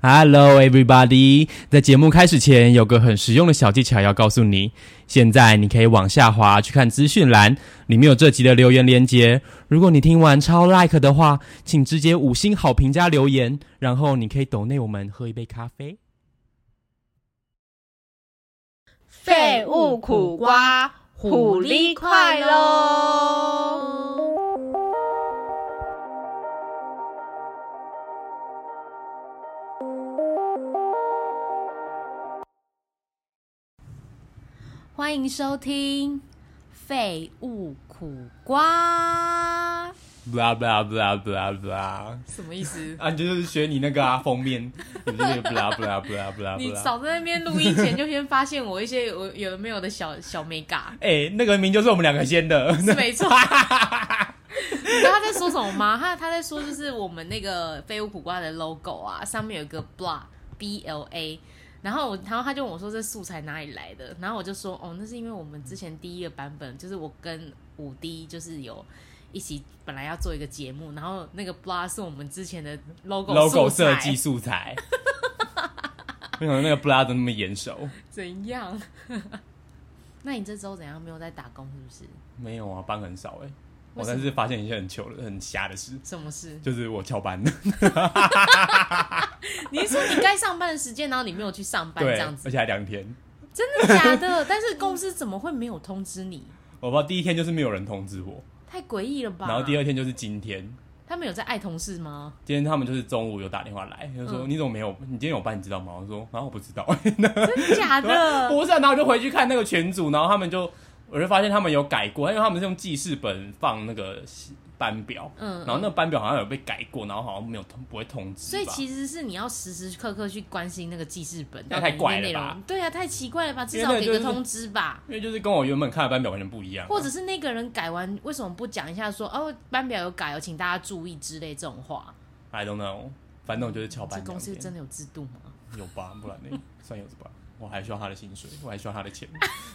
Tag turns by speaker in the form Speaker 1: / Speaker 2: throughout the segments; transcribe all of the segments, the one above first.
Speaker 1: Hello, everybody！在节目开始前，有个很实用的小技巧要告诉你。现在你可以往下滑去看资讯栏，里面有这集的留言连接。如果你听完超 like 的话，请直接五星好评加留言，然后你可以抖内我们喝一杯咖啡。
Speaker 2: 废物苦瓜，虎力快喽！欢迎收听《废物苦瓜》。
Speaker 1: blah blah blah blah blah
Speaker 2: 什么意思？
Speaker 1: 啊，你就是学你那个 啊封面，你不是那个 blah blah blah blah
Speaker 2: 你早在那边录音前就先发现我一些有有的没有的小小美嘎，
Speaker 1: 哎、那个名就是我们两个先的，
Speaker 2: 是 没错。你知道他在说什么吗？他他在说就是我们那个废物苦瓜的 logo 啊，上面有一个 bla b l a，然后我然后他就问我说这素材哪里来的，然后我就说哦，那是因为我们之前第一个版本就是我跟五 D 就是有。一起本来要做一个节目，然后那个 bla 是我们之前的 logo
Speaker 1: logo
Speaker 2: 素材
Speaker 1: 设计素材。 没想到那个布拉怎么那么眼熟？
Speaker 2: 怎样？那你这周怎样？没有在打工是不是？
Speaker 1: 没有啊，班很少哎、我
Speaker 2: 为什
Speaker 1: 但
Speaker 2: 么
Speaker 1: 是发现一些很糗的、很瞎的事，
Speaker 2: 什么事？
Speaker 1: 就是我翘 班
Speaker 2: 你是说你该上班的时间，然后你没有去上班这
Speaker 1: 对，
Speaker 2: 样
Speaker 1: 而
Speaker 2: 子？
Speaker 1: 且还两天。
Speaker 2: 真的假的？但是公司怎么会没有通 知你？
Speaker 1: 我不知道第一天就是没有人通知我，
Speaker 2: 太诡异了吧！
Speaker 1: 然后第二天就是今天，
Speaker 2: 他们有在爱同 事吗？
Speaker 1: 今天他们就是中午有打电话来，就说、
Speaker 2: 嗯
Speaker 1: 你怎么没有？你今天有班你知道吗？我说然后、啊、我不知 道，
Speaker 2: 真的假的？
Speaker 1: 不是、啊，然后我就回去看那个群组，然后他们就我就发现他们有改过，因为他们是用记事本放那个班表，
Speaker 2: 嗯嗯
Speaker 1: 然后那个班表好像有被改过，然后好像没有通不会通知吧，
Speaker 2: 所以其实是你要时时刻刻去关心那个记事本，
Speaker 1: 那太怪了吧
Speaker 2: 到底里面内容？对啊，太奇怪了吧？至
Speaker 1: 因为
Speaker 2: 少
Speaker 1: 那个
Speaker 2: 给
Speaker 1: 就是
Speaker 2: 个通知吧。
Speaker 1: 因为就是跟我原本看的班表完全不一样啊、
Speaker 2: 或者是那个人改完，为什么不讲一下说哦班表有改哦，请大家注意之类这种话？
Speaker 1: I don't know，反正我就是翘班
Speaker 2: 这
Speaker 1: 两天。
Speaker 2: 公司真的有制度吗？
Speaker 1: 有吧？不然呢？ 算有吧？我还需要他的薪水，我还需要他的钱，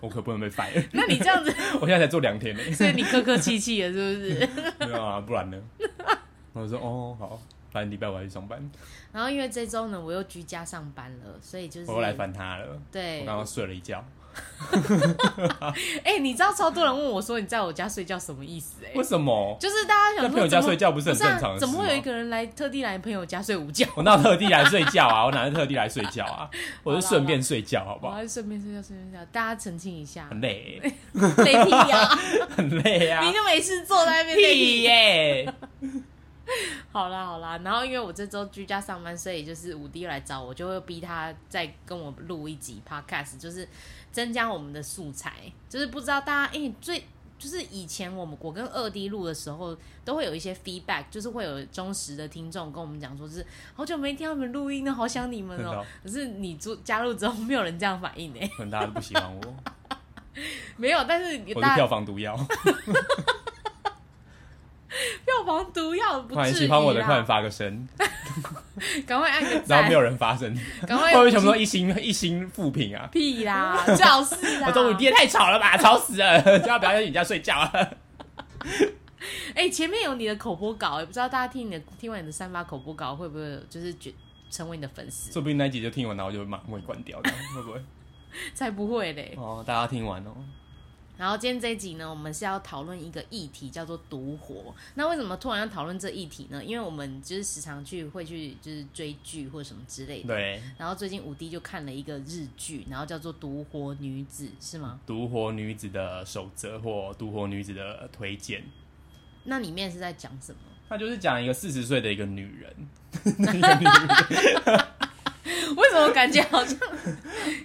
Speaker 1: 我可不能被 fire。
Speaker 2: 那你这样子，
Speaker 1: 我现在才做两天呢，
Speaker 2: 所以你客客气气的，是不 是？
Speaker 1: 没有啊，不然 呢？我说哦好，反正礼拜我要去上班，
Speaker 2: 然后因为这周呢，我又居家上班了，所以就是
Speaker 1: 我又来烦他了。
Speaker 2: 对
Speaker 1: 我，刚刚睡了一觉，
Speaker 2: 哎、你知道超多人问我说你在我家睡觉什么意思、
Speaker 1: 为
Speaker 2: 哎，
Speaker 1: 什么？
Speaker 2: 就是大家
Speaker 1: 在
Speaker 2: 想
Speaker 1: 朋
Speaker 2: 说
Speaker 1: 友家
Speaker 2: 怎么
Speaker 1: 睡觉不是很
Speaker 2: 不是啊
Speaker 1: 正常的事
Speaker 2: 怎
Speaker 1: 吗？
Speaker 2: 么会有一个人来特地来朋友家睡午觉？
Speaker 1: 我哪有特地来睡觉啊？我哪是特地来睡觉 啊？我是顺便睡觉，好不
Speaker 2: 我
Speaker 1: 好？
Speaker 2: 要顺便睡觉，顺便睡觉，大家澄清一下，
Speaker 1: 很累欸，
Speaker 2: 累屁呀、
Speaker 1: 很累啊
Speaker 2: 你！就没事坐在那边累
Speaker 1: 屁耶！
Speaker 2: 好啦好啦，然后因为我这周居家上班，所以就是五弟又来找我，就会逼他再跟我录一集 podcast，就是增加我们的素材。就是不知道大家，哎、最就是以前我们我跟二弟录的时候，都会有一些 feedback，就是会有忠实的听众跟我们讲说，就是好久没听他们录音了，好想你们
Speaker 1: 真的
Speaker 2: 哦、
Speaker 1: 哦
Speaker 2: 可是你做加入之后，没有人这样反应哎、
Speaker 1: 可能大家都不喜欢我，
Speaker 2: 没有，但是
Speaker 1: 我是
Speaker 2: 大家
Speaker 1: 票房毒药。
Speaker 2: 票房毒药不
Speaker 1: 快
Speaker 2: 至于
Speaker 1: 喜欢我的，快点
Speaker 2: 啦，
Speaker 1: 发个声，
Speaker 2: 赶快按个
Speaker 1: 然后
Speaker 2: 赞
Speaker 1: 没，有人发 声，
Speaker 2: 赶
Speaker 1: 会
Speaker 2: 快
Speaker 1: 不会全部都一星一星负评啊？
Speaker 2: 屁啦， 最好是啦，
Speaker 1: 我中午也太吵了吧，吵死了！ 叫他不要在你家睡觉了。
Speaker 2: 哎、前面有你的口播稿，也不知道大家听你的听完你的三八口播稿会不会就是觉成为你的粉丝？
Speaker 1: 说不定那一集就听完，然后就马上会关掉，这样会不会？
Speaker 2: 才不会嘞。
Speaker 1: 哦，大家听完哦，
Speaker 2: 然后今天这一集呢，我们是要讨论一个议题，叫做独活。那为什么突然要讨论这议题呢？因为我们就是时常去会去就是追剧或什么之类的。
Speaker 1: 对，
Speaker 2: 然后最近五弟就看了一个日剧，然后叫做《独活女子》，是吗？
Speaker 1: 独活女子的守则或独活女子的推荐，
Speaker 2: 那里面是在讲什么？
Speaker 1: 她就是讲一个四十岁的一个女人，一个女 人
Speaker 2: 为什么感觉好像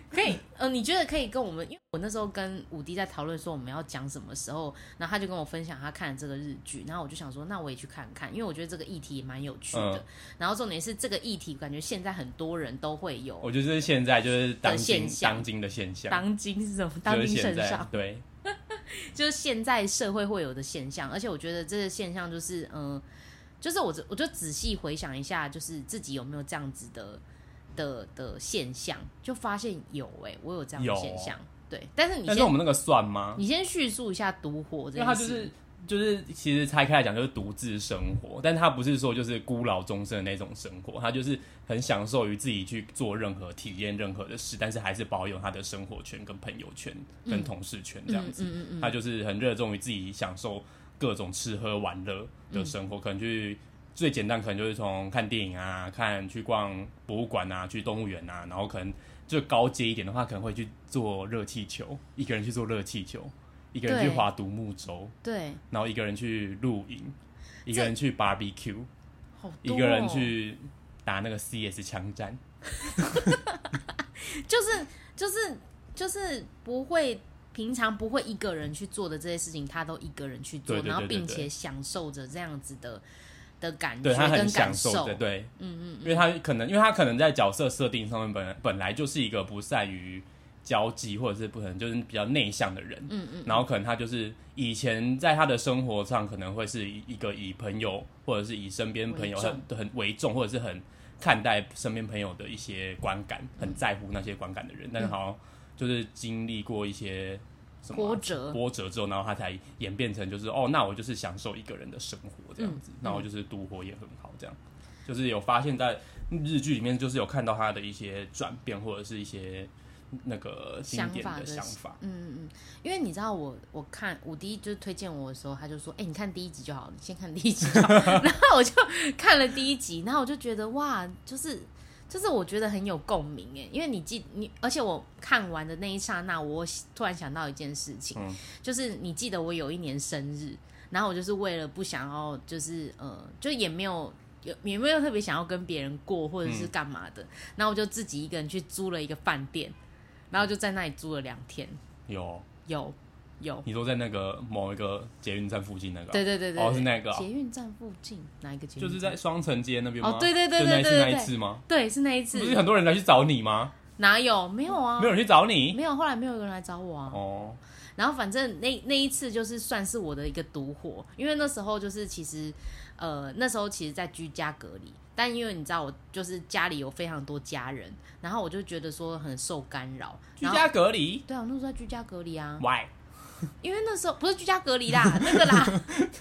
Speaker 2: 可以？呃，你觉得可以跟我们？因为我那时候跟五弟在讨论说我们要讲什么时候，然后他就跟我分享他看了这个日剧，然后我就想说，那我也去看看，因为我觉得这个议题也蛮有趣的。
Speaker 1: 嗯
Speaker 2: 然后重点是这个议题，感觉现在很多人都会有。
Speaker 1: 我觉得这是现在就是当今
Speaker 2: 的现象
Speaker 1: 当今的现象，
Speaker 2: 当今是什么？当
Speaker 1: 就是
Speaker 2: 今
Speaker 1: 现
Speaker 2: 圣
Speaker 1: 在
Speaker 2: 上，
Speaker 1: 对，
Speaker 2: 就是现在社会会有的现象，而且我觉得这个现象就是，嗯、就是我只我就仔细回想一下，就是自己有没有这样子的的的现象，就发现有哎、我有这样的
Speaker 1: 有
Speaker 2: 现象，对。但是你
Speaker 1: 但是我
Speaker 2: 先
Speaker 1: 们那个算吗？
Speaker 2: 你先叙述一下独活这
Speaker 1: 因为
Speaker 2: 件
Speaker 1: 他
Speaker 2: 事，
Speaker 1: 就是就是其实拆开来讲，就是独自生活，但他不是说就是孤老终生的那种生活，他就是很享受于自己去做任何体验任何的事，但是还是保有他的生活圈、跟朋友圈、
Speaker 2: 嗯
Speaker 1: 跟同事圈这样子。
Speaker 2: 嗯嗯嗯嗯，
Speaker 1: 他就是很热衷于自己享受各种吃喝玩乐的生活，可能去最简单，可能就是从看电影啊、看去逛博物馆啊、去动物园啊，然后可能就高阶一点的话，可能会去做热气球，一个人去做热气球，一个人去
Speaker 2: 对
Speaker 1: 划独木舟，
Speaker 2: 对，
Speaker 1: 然后一个人去露营，一个人去 barbecue，
Speaker 2: 好多、
Speaker 1: 一
Speaker 2: 哦
Speaker 1: 个人，去打那个 CS 枪战。
Speaker 2: 就是就是就是不会。平常不会一个人去做的这些事情，他都一个人去做，
Speaker 1: 对对对
Speaker 2: 然后
Speaker 1: 对
Speaker 2: 并
Speaker 1: 对
Speaker 2: 且享受着这样子的的感觉
Speaker 1: 对他很
Speaker 2: 跟
Speaker 1: 享
Speaker 2: 感
Speaker 1: 受
Speaker 2: 受
Speaker 1: 的，。对，嗯嗯，因为他可能，因为他可能在角色设定上面本本来就是一个不善于交际，或者是不可能就是比较内向的人，嗯嗯，然后可能他就是以前在他的生活上可能会是一一个以朋友或者是以身边朋友
Speaker 2: 为重
Speaker 1: 很很为重，或者是很看待身边朋友的一些观感，很在乎那些观感的人，但是好像就是经历过一些。什么啊
Speaker 2: 波折
Speaker 1: 波折之后，然后他才演变成就是哦，那我就是享受一个人的生活这样
Speaker 2: 嗯
Speaker 1: 子，然后就是独活也很好这样，就是有发现，在日剧里面就是有看到他的一些转变或者是一些那个经典的想
Speaker 2: 想
Speaker 1: 法，
Speaker 2: 嗯嗯嗯，因为你知道我我看我第一就是推荐我的时候，他就说：“哎、你看第一集就好了，你先看第一集就好。” 然后我就看了第一集，然后我就觉得哇，就是就是我觉得很有共鸣哎，因为你记你，而且我看完的那一刹那，我突然想到一件事情，
Speaker 1: 嗯
Speaker 2: 就是你记得我有一年生日，然后我就是为了不想要，就是呃，就也没有。有也没有特别想要跟别人过，或者是干嘛的，然后我就自己一个人去租了一个饭店，然后就在那里住了两天，
Speaker 1: 有
Speaker 2: 有有，
Speaker 1: 你说在那个某一个捷运站附近那个，
Speaker 2: 对对对对，
Speaker 1: 哦
Speaker 2: 对
Speaker 1: 是那个啊
Speaker 2: 捷运站附近哪一个捷运
Speaker 1: 就是
Speaker 2: 站？
Speaker 1: 在双城街那边吗？
Speaker 2: 哦对对对
Speaker 1: 就那一
Speaker 2: 对
Speaker 1: 次
Speaker 2: 对
Speaker 1: 那
Speaker 2: 对
Speaker 1: 一次吗？
Speaker 2: 对，是那一次
Speaker 1: 不，是很多人来去找你吗？
Speaker 2: 哪有没有啊？
Speaker 1: 没有人去找你
Speaker 2: 没有，后来没有人来找我啊。
Speaker 1: 哦，
Speaker 2: 然后反正那那一次就是算是我的一个独活，因为那时候就是其实，呃，那时候其实在居家隔离，但因为你知道我就是家里有非常多家人，然后我就觉得说很受干扰。
Speaker 1: 居
Speaker 2: 然后
Speaker 1: 家隔离
Speaker 2: 对啊，我那时候在居家隔离啊，
Speaker 1: ，why？
Speaker 2: 因为那时候不是居家隔离啦，那个啦，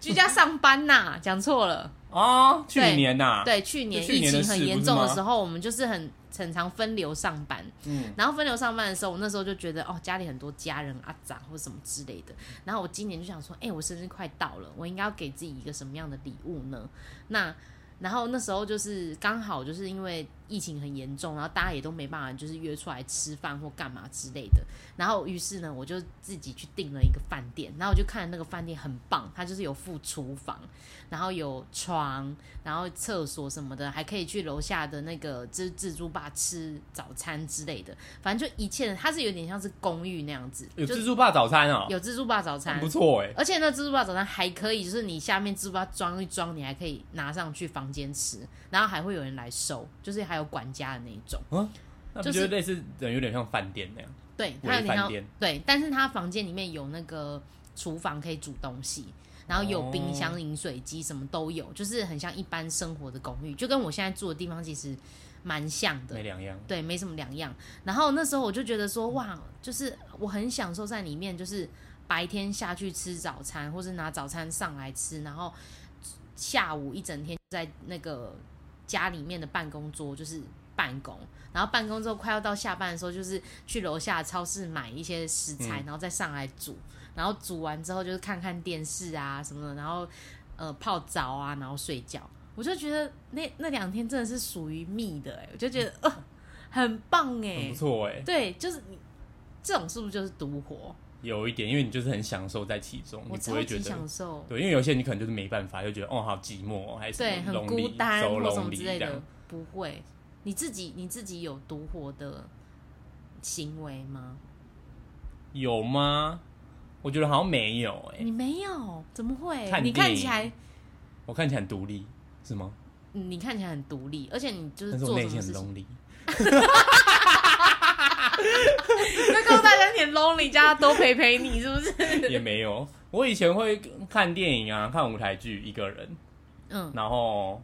Speaker 2: 居家上班呐，讲错了。
Speaker 1: 哦，去年呐、
Speaker 2: 对，去年
Speaker 1: 去
Speaker 2: 疫
Speaker 1: 年的
Speaker 2: 情
Speaker 1: 事
Speaker 2: 很严
Speaker 1: 不是
Speaker 2: 重的
Speaker 1: 吗
Speaker 2: 时候，我们就是很很常分流上班。
Speaker 1: 嗯，
Speaker 2: 然后分流上班的时候，我那时候就觉得哦，家里很多家人啊、长或什么之类的。然后我今年就想说，哎、我生日快到了，我应该要给自己一个什么样的礼物呢？那然后那时候就是刚好就是因为疫情很严重，然后大家也都没办法就是约出来吃饭或干嘛之类的。然后于是呢，我就自己去订了一个饭店，然后我就看那个饭店很棒，它就是有附厨房，然后有床，然后厕所什么的，还可以去楼下的那个就是自助吧吃早餐之类的。反正就一切，它是有点像是公寓那样子，
Speaker 1: 有
Speaker 2: 就
Speaker 1: 自助吧早餐哦，
Speaker 2: 有自助吧早餐
Speaker 1: 很不，错哎、
Speaker 2: 而且那自助吧早餐还可以，就是你下面自助吧装一装，你还可以拿上去房间吃，然后还会有人来收，就是还有管家的那一种。
Speaker 1: 那不
Speaker 2: 就
Speaker 1: 就是类似人有点像饭店那样？
Speaker 2: 对，
Speaker 1: 伪
Speaker 2: 它有点
Speaker 1: 饭
Speaker 2: 像
Speaker 1: 店
Speaker 2: 对，但是它房间里面有那个厨房可以煮东西，然后有冰
Speaker 1: 哦
Speaker 2: 箱、饮水机，什么都有，就是很像一般生活的公寓，就跟我现在住的地方其实蛮像的
Speaker 1: 没。两样。
Speaker 2: 对，没什么两样。然后那时候我就觉得说，哇，就是我很享受在里面，就是白天下去吃早餐，或是拿早餐上来吃，然后下午一整天在那个家里面的办公桌就是办公，然后办公之后快要到下班的时候，就是去楼下超市买一些食
Speaker 1: 嗯
Speaker 2: 材，然后再上来煮，然后煮完之后就是看看电视啊什么的，然后呃泡澡啊，然后睡觉。我就觉得那那两天真的是属于密的、欸，我就觉得呃很棒哎、
Speaker 1: 很不错哎、
Speaker 2: 对，就是你这种是不是就是独活？
Speaker 1: 有一点，因为你就是很享受在其中，
Speaker 2: 我
Speaker 1: 你不
Speaker 2: 超
Speaker 1: 会觉
Speaker 2: 级
Speaker 1: 得
Speaker 2: 享受，
Speaker 1: 对，因为有些你可能就是没办法，就觉得哦好寂寞哦，还是
Speaker 2: 对，很
Speaker 1: lonely，
Speaker 2: 孤单
Speaker 1: so
Speaker 2: 或什么
Speaker 1: lonely
Speaker 2: 之类
Speaker 1: 这
Speaker 2: 的
Speaker 1: 样。，
Speaker 2: 不会。你自己你自己有独活的行为吗？
Speaker 1: 有吗？我觉得好像没有哎、
Speaker 2: 你没有，怎么会？
Speaker 1: 看
Speaker 2: 你
Speaker 1: 电
Speaker 2: 看起
Speaker 1: 影
Speaker 2: 来，嗯
Speaker 1: 我看起来很独立是吗？
Speaker 2: 你看起来很独立，而且你就是
Speaker 1: 但是我
Speaker 2: 做什
Speaker 1: 内
Speaker 2: 么
Speaker 1: 心
Speaker 2: 事
Speaker 1: 很
Speaker 2: 情，
Speaker 1: lonely。
Speaker 2: 就告诉大家你很 lonely，叫他多陪陪你，是不 是？
Speaker 1: 也没有。我以前会看电影啊，看舞台剧一个人，
Speaker 2: 嗯，
Speaker 1: 然后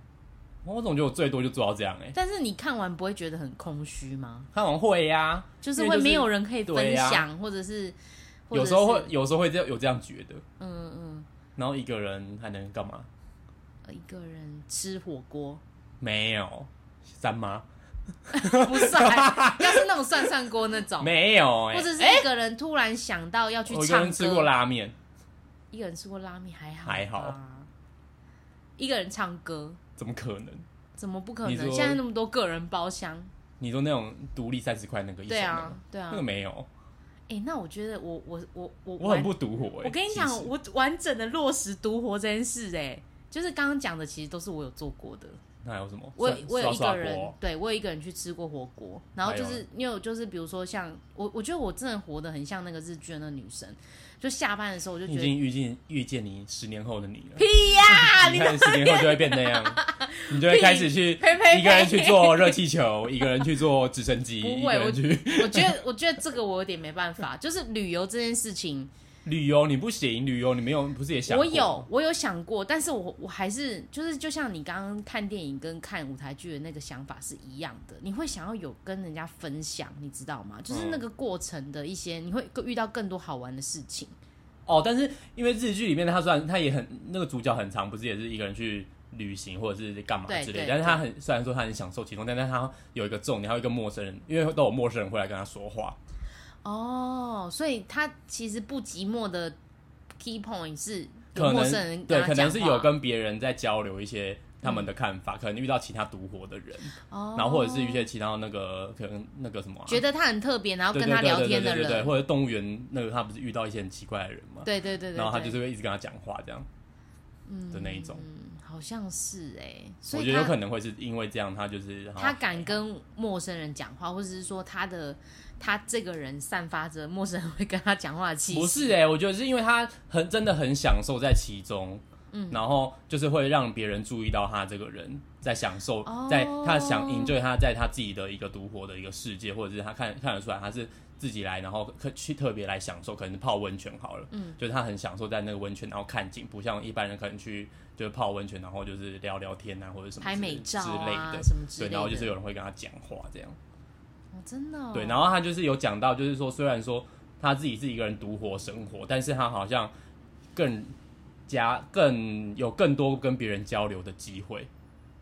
Speaker 1: 我总觉得我最多就做到这样哎、欸。
Speaker 2: 但是你看完不会觉得很空虚吗？
Speaker 1: 看完会呀、
Speaker 2: 就是
Speaker 1: 因为
Speaker 2: 会
Speaker 1: 就是
Speaker 2: 没有人可以
Speaker 1: 对
Speaker 2: 分
Speaker 1: 呀
Speaker 2: 享，或者是或
Speaker 1: 有
Speaker 2: 者
Speaker 1: 时候
Speaker 2: 是
Speaker 1: 会，有时候会这有这样觉得，
Speaker 2: 嗯嗯，
Speaker 1: 然后一个人还能干嘛？
Speaker 2: 呃一个人吃火锅，
Speaker 1: 没有，三妈
Speaker 2: 不算， 要是那种涮涮锅那种，
Speaker 1: 没有哎、
Speaker 2: 哦或者是
Speaker 1: 哎
Speaker 2: 一个人突然想到要去
Speaker 1: 我一个
Speaker 2: 唱
Speaker 1: 人吃过
Speaker 2: 歌，
Speaker 1: 拉面，
Speaker 2: 一个人吃过拉面还好，
Speaker 1: 还好，
Speaker 2: 一个人唱歌
Speaker 1: 怎么可能？
Speaker 2: 怎么不可
Speaker 1: 你
Speaker 2: 能？
Speaker 1: 说
Speaker 2: 现在那么多个人包厢，
Speaker 1: 你说那种独立三十块那个一
Speaker 2: 对
Speaker 1: 箱、
Speaker 2: 啊，对
Speaker 1: 那
Speaker 2: 啊
Speaker 1: 个，那个，没有，
Speaker 2: 哎，那我觉得我我我我
Speaker 1: 我很
Speaker 2: 完
Speaker 1: 不独活哎、
Speaker 2: 我跟你
Speaker 1: 其
Speaker 2: 讲，
Speaker 1: 实
Speaker 2: 我完整的落实独活这件事、哎，就是刚刚讲的，其实都是我有做过的。
Speaker 1: 那还有什么？
Speaker 2: 我
Speaker 1: 涮
Speaker 2: 我有一
Speaker 1: 刷刷
Speaker 2: 个人
Speaker 1: 锅，
Speaker 2: 对我有一个人去吃过火锅，然后就
Speaker 1: 还有
Speaker 2: 是因为就是比如说像我，我觉得我真的活得很像那个日剧的那女生，就下班的时候我就
Speaker 1: 你
Speaker 2: 觉
Speaker 1: 已
Speaker 2: 得
Speaker 1: 经遇见遇见你十年后的你了。
Speaker 2: 屁 呀、
Speaker 1: 你
Speaker 2: 啊你
Speaker 1: 看十年后就会变那样， 你就会开始去
Speaker 2: 呸呸
Speaker 1: 一个人去
Speaker 2: 呸
Speaker 1: 做热气球，一个人去做直升机，一
Speaker 2: 不
Speaker 1: 个
Speaker 2: 会
Speaker 1: 人去
Speaker 2: 我觉得我觉得这个我有点没办法，就是旅游这件事情，
Speaker 1: 旅游。你不行，旅游你没有，不是也想
Speaker 2: 我
Speaker 1: 过
Speaker 2: 有我有想过，但是我我还是就是就像你刚刚看电影跟看舞台剧的那个想法是一样的，你会想要有跟人家分享，你知道吗？就是
Speaker 1: 嗯
Speaker 2: 那个过程的一些，你会遇到更多好玩的事情。
Speaker 1: 哦，但是因为日剧里面他虽然他也很那个主角很长，不是也是一个人去旅行或者是干嘛
Speaker 2: 对
Speaker 1: 之类的，
Speaker 2: 对
Speaker 1: 但是他很虽然说他很享受其中，但是他有一个重点，还有一个陌生人，因为都有陌生人会来跟他说话。
Speaker 2: 哦，所以他其实不寂寞的 key point 是有
Speaker 1: 可
Speaker 2: 陌生
Speaker 1: 能
Speaker 2: 人
Speaker 1: 对，
Speaker 2: 跟他
Speaker 1: 可
Speaker 2: 讲
Speaker 1: 能
Speaker 2: 话嗯
Speaker 1: 是有跟别人在交流一些他们的看法，可能遇到其他独活的人，
Speaker 2: 哦，
Speaker 1: 然后或者是一些其他那个可能那个什么啊、
Speaker 2: 觉得他很特别，然后
Speaker 1: 对
Speaker 2: 跟
Speaker 1: 对
Speaker 2: 他
Speaker 1: 对
Speaker 2: 聊
Speaker 1: 对
Speaker 2: 天
Speaker 1: 对
Speaker 2: 的
Speaker 1: 对对，
Speaker 2: 人，
Speaker 1: 或者动物园那个他不是遇到一些很奇怪的人嘛，
Speaker 2: 对对对对，
Speaker 1: 然后他
Speaker 2: 对
Speaker 1: 就是会一直跟他讲话这样，的那一种，
Speaker 2: 嗯好像是哎，所
Speaker 1: 我
Speaker 2: 以
Speaker 1: 觉
Speaker 2: 他
Speaker 1: 得有可能会是因为这样，他就是
Speaker 2: 他敢跟陌生人讲话，或者是说他的他这个人散发着陌生人会跟他讲话的气息。
Speaker 1: 不是哎、我觉得是因为他很真的很享受在其中，嗯，然后就是会让别人注意到他这个人在享受，
Speaker 2: 哦
Speaker 1: 在他想 enjoy 他在他自己的一个独活的一个世界，或者是他看看得出来他是自己来，然后可去特别来享受，可能是泡温泉好了，嗯，就是他很享受在那个温泉，然后看景，不像一般人可能去就是泡温泉，然后就是聊聊天啊或者什么
Speaker 2: 拍
Speaker 1: 之
Speaker 2: 美照
Speaker 1: 之类
Speaker 2: 啊
Speaker 1: 的，
Speaker 2: 什么之
Speaker 1: 对，
Speaker 2: 类的，
Speaker 1: 然后就是有人会跟他讲话这样。
Speaker 2: 哦，真的、哦、
Speaker 1: 对，然后他就是有讲到，就是说虽然说他自己是一个人独活生活，但是他好像更加更有更多跟别人交流的机会。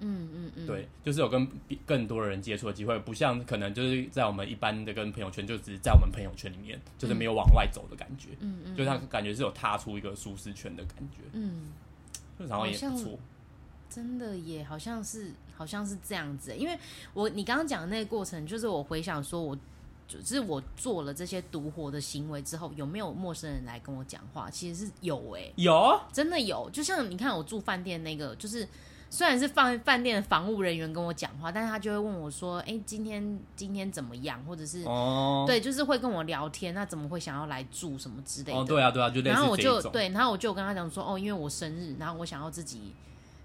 Speaker 2: 嗯嗯嗯，
Speaker 1: 对，就是有跟比更多的人接触的机会，不像可能就是在我们一般的跟朋友圈，就只是在我们朋友圈里面，就是没有往外走的感觉。
Speaker 2: 嗯嗯，
Speaker 1: 就他感觉是有踏出一个舒适圈的感觉，
Speaker 2: 嗯，
Speaker 1: 就然后也
Speaker 2: 好像
Speaker 1: 不错。
Speaker 2: 真的耶，好像是好像是这样子耶，因为我你刚刚讲的那个过程，就是我回想说我。就是我做了这些独活的行为之后，有没有陌生人来跟我讲话？其实是有哎、
Speaker 1: 有
Speaker 2: 真的有，就像你看我住饭店那个，就是虽然是饭饭店的房务人员跟我讲话，但是他就会问我说：“哎、今天今天怎么样？”或者是、
Speaker 1: 哦，
Speaker 2: 对，就是会跟我聊天，那怎么会想要来住什么之类的。
Speaker 1: 哦，对啊，对啊，就类
Speaker 2: 然
Speaker 1: 似
Speaker 2: 后我
Speaker 1: 这
Speaker 2: 就
Speaker 1: 一种。
Speaker 2: 对，然后我就跟他讲说：“哦，因为我生日，然后我想要自己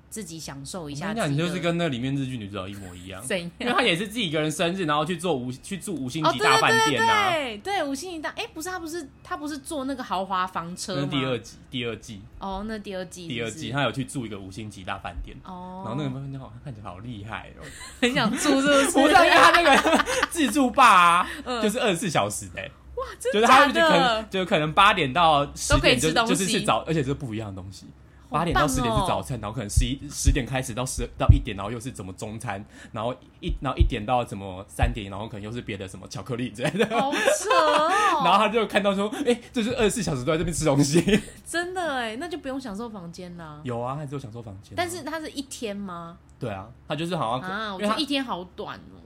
Speaker 2: 自己享受一
Speaker 1: 我
Speaker 2: 下
Speaker 1: 跟
Speaker 2: 自己的。”
Speaker 1: 你讲，你就是跟哦那里面日剧女主角一模一样。
Speaker 2: 怎样？
Speaker 1: 因为他也是自己一个人生日，然后去做五去住五星
Speaker 2: 哦，
Speaker 1: 级
Speaker 2: 对
Speaker 1: 大饭店
Speaker 2: 对对
Speaker 1: 呐、啊。
Speaker 2: 对对，五星级大，哎，不是他不是他不是坐那个豪华房车
Speaker 1: 那
Speaker 2: 吗？
Speaker 1: 是第二季，第二季，
Speaker 2: 哦，那第二季
Speaker 1: 第二
Speaker 2: 是不是
Speaker 1: 季，他有去住一个五星级大饭店，
Speaker 2: 哦，
Speaker 1: 然后那个饭店好像看起来好厉害 哦，
Speaker 2: 很想 住是不是？
Speaker 1: 不是因为他那个 自助吧、啊，
Speaker 2: 嗯
Speaker 1: 就是二十四小时的、
Speaker 2: 哇，真
Speaker 1: 就
Speaker 2: 的
Speaker 1: 是他
Speaker 2: 假
Speaker 1: 就可
Speaker 2: 的
Speaker 1: 能？就可能八点到十
Speaker 2: 都可以
Speaker 1: 点就
Speaker 2: 吃东西
Speaker 1: 就是去早，而且是不一样的东西。
Speaker 2: 好棒
Speaker 1: 八
Speaker 2: 哦
Speaker 1: 点到十点是早餐，然后可能十一十点开始到十到一点，然后又是怎么中餐，然后一然后一点到怎么三点，然后可能又是别的什么巧克力之类的。
Speaker 2: 好扯哦！
Speaker 1: 然后他就看到说，哎、这是二十四小时都在这边吃东 西。
Speaker 2: 真的哎，那就不用享受房间啦。
Speaker 1: 有啊，他只有享受房间啊、
Speaker 2: 但是它是一天吗？
Speaker 1: 对啊，他就是好像、
Speaker 2: 啊，我
Speaker 1: 因为
Speaker 2: 觉
Speaker 1: 他
Speaker 2: 得一天好短哦，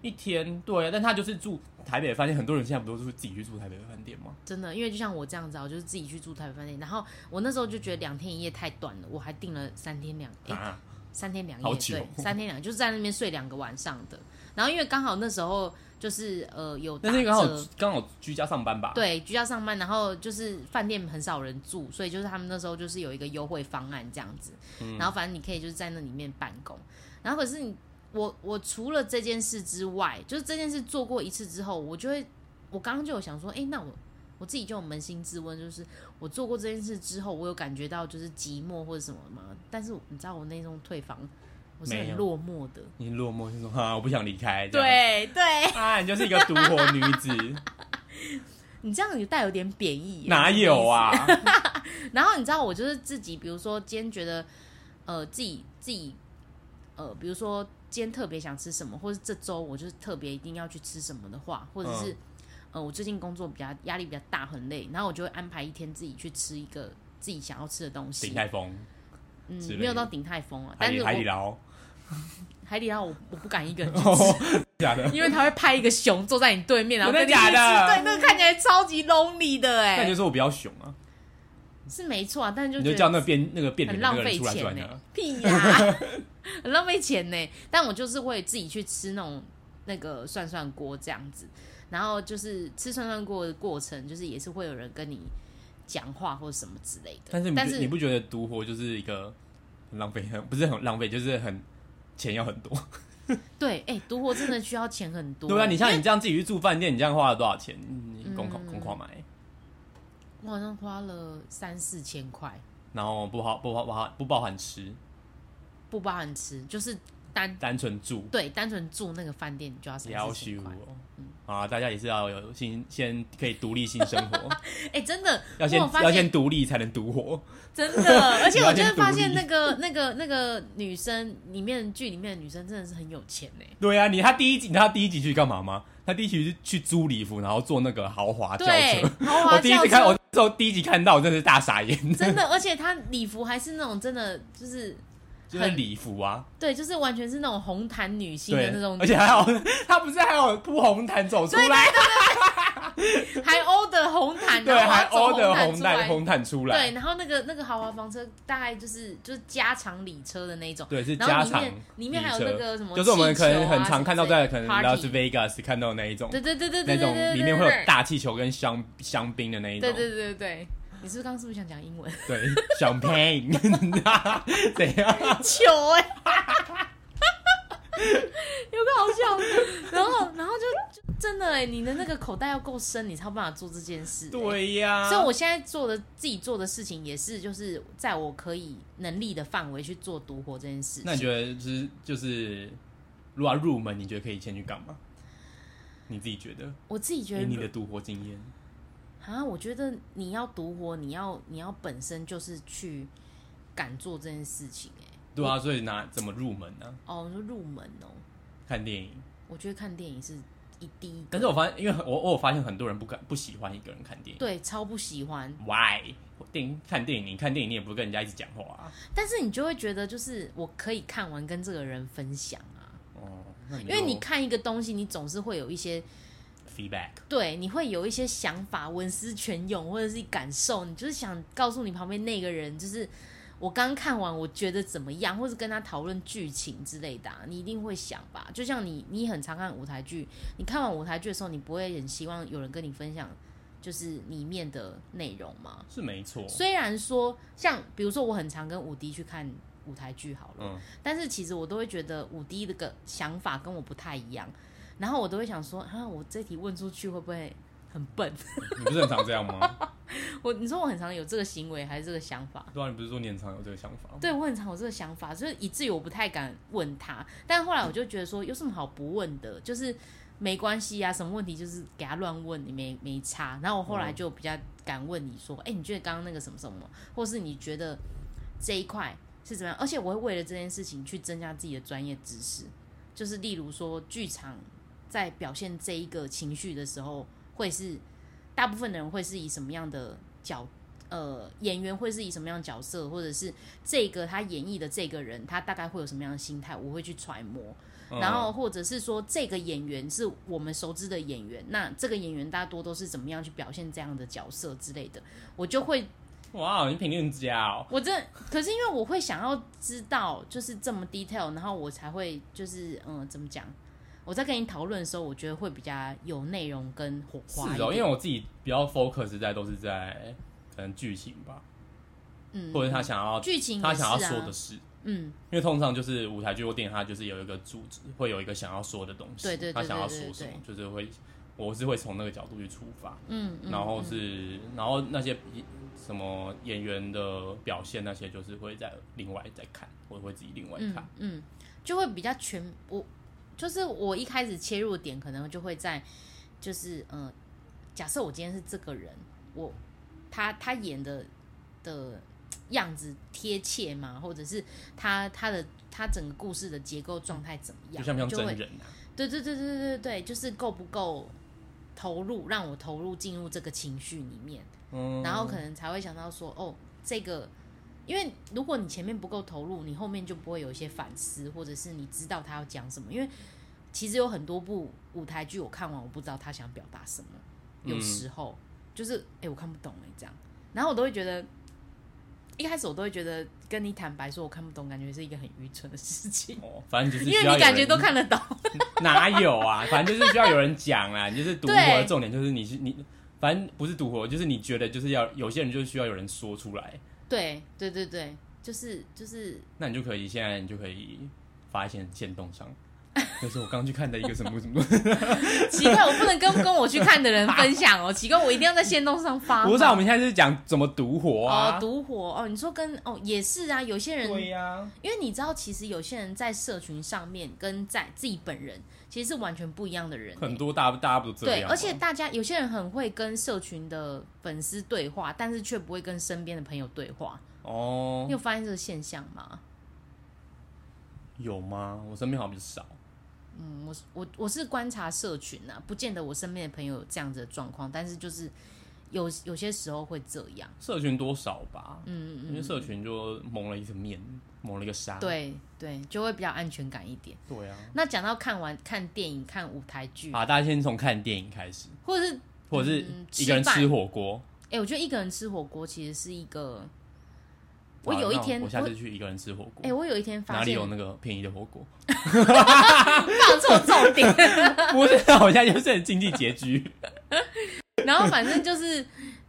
Speaker 1: 一天对、啊，但他就是住台北的饭店，很多人现在不都是自己去住台北的饭店吗？
Speaker 2: 真的。因为就像我这样子啊，我就是自己去住台北饭店，然后我那时候就觉得两天一夜太短了，我还订了三天两哎、
Speaker 1: 啊，
Speaker 2: 三天两
Speaker 1: 好
Speaker 2: 夜，
Speaker 1: 久
Speaker 2: 对，三天两就是在那边睡两个晚上的。然后因为刚好那时候就是呃有打
Speaker 1: 但是刚好
Speaker 2: 折
Speaker 1: 刚好居家上班吧。
Speaker 2: 对，居家上班，然后就是饭店很少人住，所以就是他们那时候就是有一个优惠方案这样子，
Speaker 1: 嗯
Speaker 2: 然后反正你可以就是在那里面办公，然后可是你我我除了这件事之外，就是这件事做过一次之后，我就会我刚刚就有想说，哎、那我我自己就有扪心自问，就是我做过这件事之后，我有感觉到就是寂寞或者什么吗？但是你知道我那种退房，我是
Speaker 1: 没有
Speaker 2: 很落寞的，
Speaker 1: 你落寞就说哈、啊，我不想离开。这样，
Speaker 2: 对对，
Speaker 1: 啊，你就是一个独 活女子，
Speaker 2: 你这样有带有点贬义耶，
Speaker 1: 哪有啊？
Speaker 2: 然后你知道我就是自己，比如说今天觉得呃自己自己呃，比如说今天特别想吃什么，或是这周我就是特别一定要去吃什么的话，或者
Speaker 1: 嗯
Speaker 2: 是、呃我最近工作比较压力比较大，很累，然后我就会安排一天自己去吃一个自己想要吃的东西
Speaker 1: 顶。泰 丰、
Speaker 2: 嗯
Speaker 1: 之，类
Speaker 2: 没有
Speaker 1: 的
Speaker 2: 到鼎泰丰啊，
Speaker 1: 海
Speaker 2: 但是
Speaker 1: 底
Speaker 2: 我
Speaker 1: 海底 捞，
Speaker 2: 海底捞我我不敢一个人去吃。
Speaker 1: 哦，假 的，
Speaker 2: 因为他会派一个熊坐在你对面，然后跟你一起
Speaker 1: 真的假的
Speaker 2: 吃对，那个看起来超级 lonely 的哎、
Speaker 1: 那你就说我比较熊啊，
Speaker 2: 是没错啊，但是
Speaker 1: 你
Speaker 2: 就
Speaker 1: 就
Speaker 2: 觉
Speaker 1: 叫
Speaker 2: 得
Speaker 1: 那个变那个变
Speaker 2: 很
Speaker 1: 脸的
Speaker 2: 浪
Speaker 1: 那个
Speaker 2: 费
Speaker 1: 人出来
Speaker 2: 钱欸
Speaker 1: 转
Speaker 2: 呢、
Speaker 1: 啊，
Speaker 2: 屁 呀、很浪费钱呢、但我就是会自己去吃那种那个涮涮锅这样子，然后就是吃涮涮锅的过程，就是也是会有人跟你讲话或什么之类的，
Speaker 1: 但是你
Speaker 2: 但
Speaker 1: 不你不觉得独活就是一个很浪费，很不是很浪费，就是很钱要很多。
Speaker 2: 对，哎、独活真的需要钱很多、
Speaker 1: 对啊，你像
Speaker 2: 因
Speaker 1: 你
Speaker 2: 为嗯
Speaker 1: 这样自己去住饭店，你这样花了多少钱？你你公款公款买，
Speaker 2: 我好像花了三四千块，
Speaker 1: 然后不包不包不包不包含吃，
Speaker 2: 不包含吃，就是单
Speaker 1: 单纯住，
Speaker 2: 对，单纯住那个饭店就要三
Speaker 1: 要
Speaker 2: 四
Speaker 1: 虚
Speaker 2: 千
Speaker 1: 无
Speaker 2: 块。
Speaker 1: 哦。啊，大家也是要有新先可以独立性生 活，
Speaker 2: 哎、真的，
Speaker 1: 要先
Speaker 2: 我有发
Speaker 1: 要
Speaker 2: 现
Speaker 1: 先独立才能独活。
Speaker 2: 真的，而且我
Speaker 1: 你
Speaker 2: 就
Speaker 1: 要先
Speaker 2: 是发
Speaker 1: 独
Speaker 2: 现
Speaker 1: 立
Speaker 2: 那个那个那个女生里面剧里面的女生真的是很有钱呢、
Speaker 1: 对啊，你他第一集你知道他第一集去干嘛吗？他第一集是去租礼服，然后坐那个豪华轿
Speaker 2: 对
Speaker 1: 车。，
Speaker 2: 豪
Speaker 1: 我
Speaker 2: 华
Speaker 1: 第一
Speaker 2: 轿
Speaker 1: 次看，我
Speaker 2: 车，
Speaker 1: 那时候第一集看到，我真的是大傻眼，
Speaker 2: 真的，而且她礼服还是那种真的就是
Speaker 1: 就是礼服啊，
Speaker 2: 对，就是完全是那种红毯女星
Speaker 1: 对
Speaker 2: 的那种，，
Speaker 1: 而且还有 他不是还有铺红毯走出来，
Speaker 2: 还欧的红毯，
Speaker 1: 对，
Speaker 2: 然后
Speaker 1: 还
Speaker 2: 走
Speaker 1: 欧的
Speaker 2: 红
Speaker 1: 红毯
Speaker 2: 毯出来。
Speaker 1: 红毯出来，
Speaker 2: 对，然后那个那个豪华房车大概就是就是加长礼车的那一种，
Speaker 1: 对，是
Speaker 2: 然后
Speaker 1: 加
Speaker 2: 里
Speaker 1: 长
Speaker 2: 面里面还有
Speaker 1: 礼车
Speaker 2: 那个什么
Speaker 1: 就是我们
Speaker 2: 气球
Speaker 1: 可
Speaker 2: 啊
Speaker 1: 能很常看到在可能
Speaker 2: 什么之
Speaker 1: Las
Speaker 2: 类的
Speaker 1: Vegas 看到的那一种，
Speaker 2: 对对对对对
Speaker 1: 那
Speaker 2: 对
Speaker 1: 种
Speaker 2: 对对
Speaker 1: 里面会
Speaker 2: 对
Speaker 1: 有大气球跟香香槟的那一种
Speaker 2: 对，对对对对，你是不是刚刚是不是想讲英文？
Speaker 1: 对，香槟， 怎样？
Speaker 2: 球哎、有个好笑， 然后然后就就真的哎、你的那个口袋要够深，你才有办法做这件事、欸。。
Speaker 1: 对啊呀，
Speaker 2: 所以，我现在做的自己做的事情，也是就是在我可以能力的范围去做独活这件事情。
Speaker 1: 那你觉得就是就是，如果要入门，你觉得可以先去干嘛？你自己觉得？
Speaker 2: 我自己觉
Speaker 1: 以
Speaker 2: 得
Speaker 1: 欸你的赌博经验，
Speaker 2: 啊，我觉得你要独活，你要你要本身就是去敢做这件事情、欸。
Speaker 1: 对啊，所以拿怎么入门呢、
Speaker 2: 哦，你说入门哦，
Speaker 1: 看电影，
Speaker 2: 我觉得看电影是一第一个，
Speaker 1: 但是我发现，因为我我有发现很多人不敢不喜欢一个人看电影
Speaker 2: 对超不喜欢。
Speaker 1: ，Why？我电影看电影，你看电影你也不会跟人家一直讲话、啊，
Speaker 2: 但是你就会觉得，就是我可以看完跟这个人分享啊，
Speaker 1: 哦，那
Speaker 2: 因为
Speaker 1: 就
Speaker 2: 你看一个东西，你总是会有一些
Speaker 1: feedback，
Speaker 2: 对，你会有一些想法，文思泉涌，或者是感受，你就是想告诉你旁边那个人，就是我刚看完，我觉得怎么样，或是跟他讨论剧情之类的啊、你一定会想吧。就像你，你很常看舞台剧，你看完舞台剧的时候，你不会很希望有人跟你分享就是里面的内容吗？
Speaker 1: 是没错，
Speaker 2: 虽然说，像比如说，我很常跟五 D 去看舞台剧好了，
Speaker 1: 嗯，
Speaker 2: 但是其实我都会觉得五 D 的个想法跟我不太一样，然后我都会想说，啊，我这题问出去会不会很笨？
Speaker 1: 你不是很常这样吗？
Speaker 2: 我你说我很常有这个行为还是这个想法？
Speaker 1: 对啊，你不是说你很常有这个想法？
Speaker 2: 对我很常有这个想法，所以以至于我不太敢问他。但后来我就觉得说，有什么好不问的？就是没关系啊，什么问题就是给他乱问，你没没差。然后我后来就比较敢问你说，哎、你觉得刚刚那个什么什么，或是你觉得这一块是怎么样？而且我会为了这件事情去增加自己的专业知识，就是例如说剧场在表现这一个情绪的时候，会是大部分的人会是以什么样的角呃演员会是以什么样的角色，或者是这个他演绎的这个人，他大概会有什么样的心态，我会去揣摩。
Speaker 1: 嗯
Speaker 2: 然后或者是说这个演员是我们熟知的演员，那这个演员大多都是怎么样去表现这样的角色之类的，我就会
Speaker 1: 哇，你评论家哦，
Speaker 2: 我真的，可是因为我会想要知道，就是这么 detail，然后我才会就是嗯，怎么讲？我在跟你讨论的时候，我觉得会比较有内容跟火
Speaker 1: 是
Speaker 2: 花一点。
Speaker 1: 哦，因为我自己比较 focus 在都是在可能剧情吧，
Speaker 2: 嗯，
Speaker 1: 或者他想要
Speaker 2: 剧情、也
Speaker 1: 他想要
Speaker 2: 是啊
Speaker 1: 说的事。
Speaker 2: 嗯，
Speaker 1: 因为通常就是舞台剧或电影，它就是有一个主旨，会有一个想要说的东西，
Speaker 2: 对对对
Speaker 1: 他想要
Speaker 2: 对对
Speaker 1: 说什么
Speaker 2: 对，
Speaker 1: 就是会，我是会从那个角度去出发，
Speaker 2: 嗯嗯，
Speaker 1: 然后是，然后那些什么演员的表现那些，就是会在另外再看，我会自己另外
Speaker 2: 嗯
Speaker 1: 看，
Speaker 2: 嗯，就会比较全。我就是我一开始切入的点，可能就会在就是嗯、呃假设我今天是这个人，我他他演的的样子贴切吗？或者是它它的它整个故事的结构状态怎么样？
Speaker 1: 就像不像
Speaker 2: 就会
Speaker 1: 真人啊？
Speaker 2: 对对对对对对对，就是够不够投入，让我投入进入这个情绪里面，
Speaker 1: 嗯，
Speaker 2: 然后可能才会想到说，哦，这个，因为如果你前面不够投入，你后面就不会有一些反思，或者是你知道他要讲什么。因为其实有很多部舞台剧我看完，我不知道他想表达什么，
Speaker 1: 嗯
Speaker 2: 有时候、就是哎、诶我看不懂哎、这样，然后我都会觉得。一开始我都会觉得跟你坦白说我看不懂，感觉是一个很愚蠢的事情，
Speaker 1: 哦，反正就是
Speaker 2: 因为
Speaker 1: 需要
Speaker 2: 你
Speaker 1: 有
Speaker 2: 感觉
Speaker 1: 人
Speaker 2: 都看得懂，
Speaker 1: 哪有啊？反正就是需要有人讲啊 啦。你就是独活的重点就是你是你，反正不是独活，就是你觉得就是要有些人就是需要有人说出来，
Speaker 2: 对对对对，就是就是，
Speaker 1: 那你就可以现在你就可以发现线动上， 就是我刚去看的一个什么什 么，
Speaker 2: 奇怪，我不能跟跟我去看的人分享哦。奇怪，我一定要在线动上发吗。
Speaker 1: 我不知道我们现在就是讲怎么独活
Speaker 2: 哦
Speaker 1: 啊，，
Speaker 2: 独活哦，你说跟哦也是啊，有些人
Speaker 1: 对呀、
Speaker 2: 因为你知道，其实有些人在社群上面跟在自己本人其实是完全不一样的人欸、
Speaker 1: 很多大大家不都这
Speaker 2: 对，
Speaker 1: 样吗，啊
Speaker 2: 而且大家有些人很会跟社群的粉丝对话，但是却不会跟身边的朋友对话。
Speaker 1: 哦
Speaker 2: 你有发现这个现象吗？
Speaker 1: 有吗？我身边好像比较少，
Speaker 2: 嗯，我是我我是观察社群啊，不见得我身边的朋友有这样子的状况，但是就是有有些时候会这样。
Speaker 1: 社群多少吧，
Speaker 2: 嗯嗯
Speaker 1: 因为社群就蒙了一层面，蒙了一个纱，
Speaker 2: 嗯，对对，就会比较安全感一点。
Speaker 1: 对啊，
Speaker 2: 那讲到看完看电影、看舞台剧，
Speaker 1: 好，啊大家先从看电影开始，
Speaker 2: 或者是
Speaker 1: 或者是
Speaker 2: 嗯
Speaker 1: 一个人
Speaker 2: 吃饭
Speaker 1: 吃火锅。
Speaker 2: 哎、我觉得一个人吃火锅其实是一个，
Speaker 1: 哦
Speaker 2: 我
Speaker 1: 好
Speaker 2: 有一
Speaker 1: 那
Speaker 2: 天
Speaker 1: 我下
Speaker 2: 我
Speaker 1: 次去一个人吃火
Speaker 2: 哎、
Speaker 1: 锅，
Speaker 2: 我有一天
Speaker 1: 哪
Speaker 2: 发
Speaker 1: 里
Speaker 2: 现
Speaker 1: 有那个便宜的火锅？
Speaker 2: 放错重点，
Speaker 1: 不是，啊我现在就是很经济拮据。
Speaker 2: 然后反正就是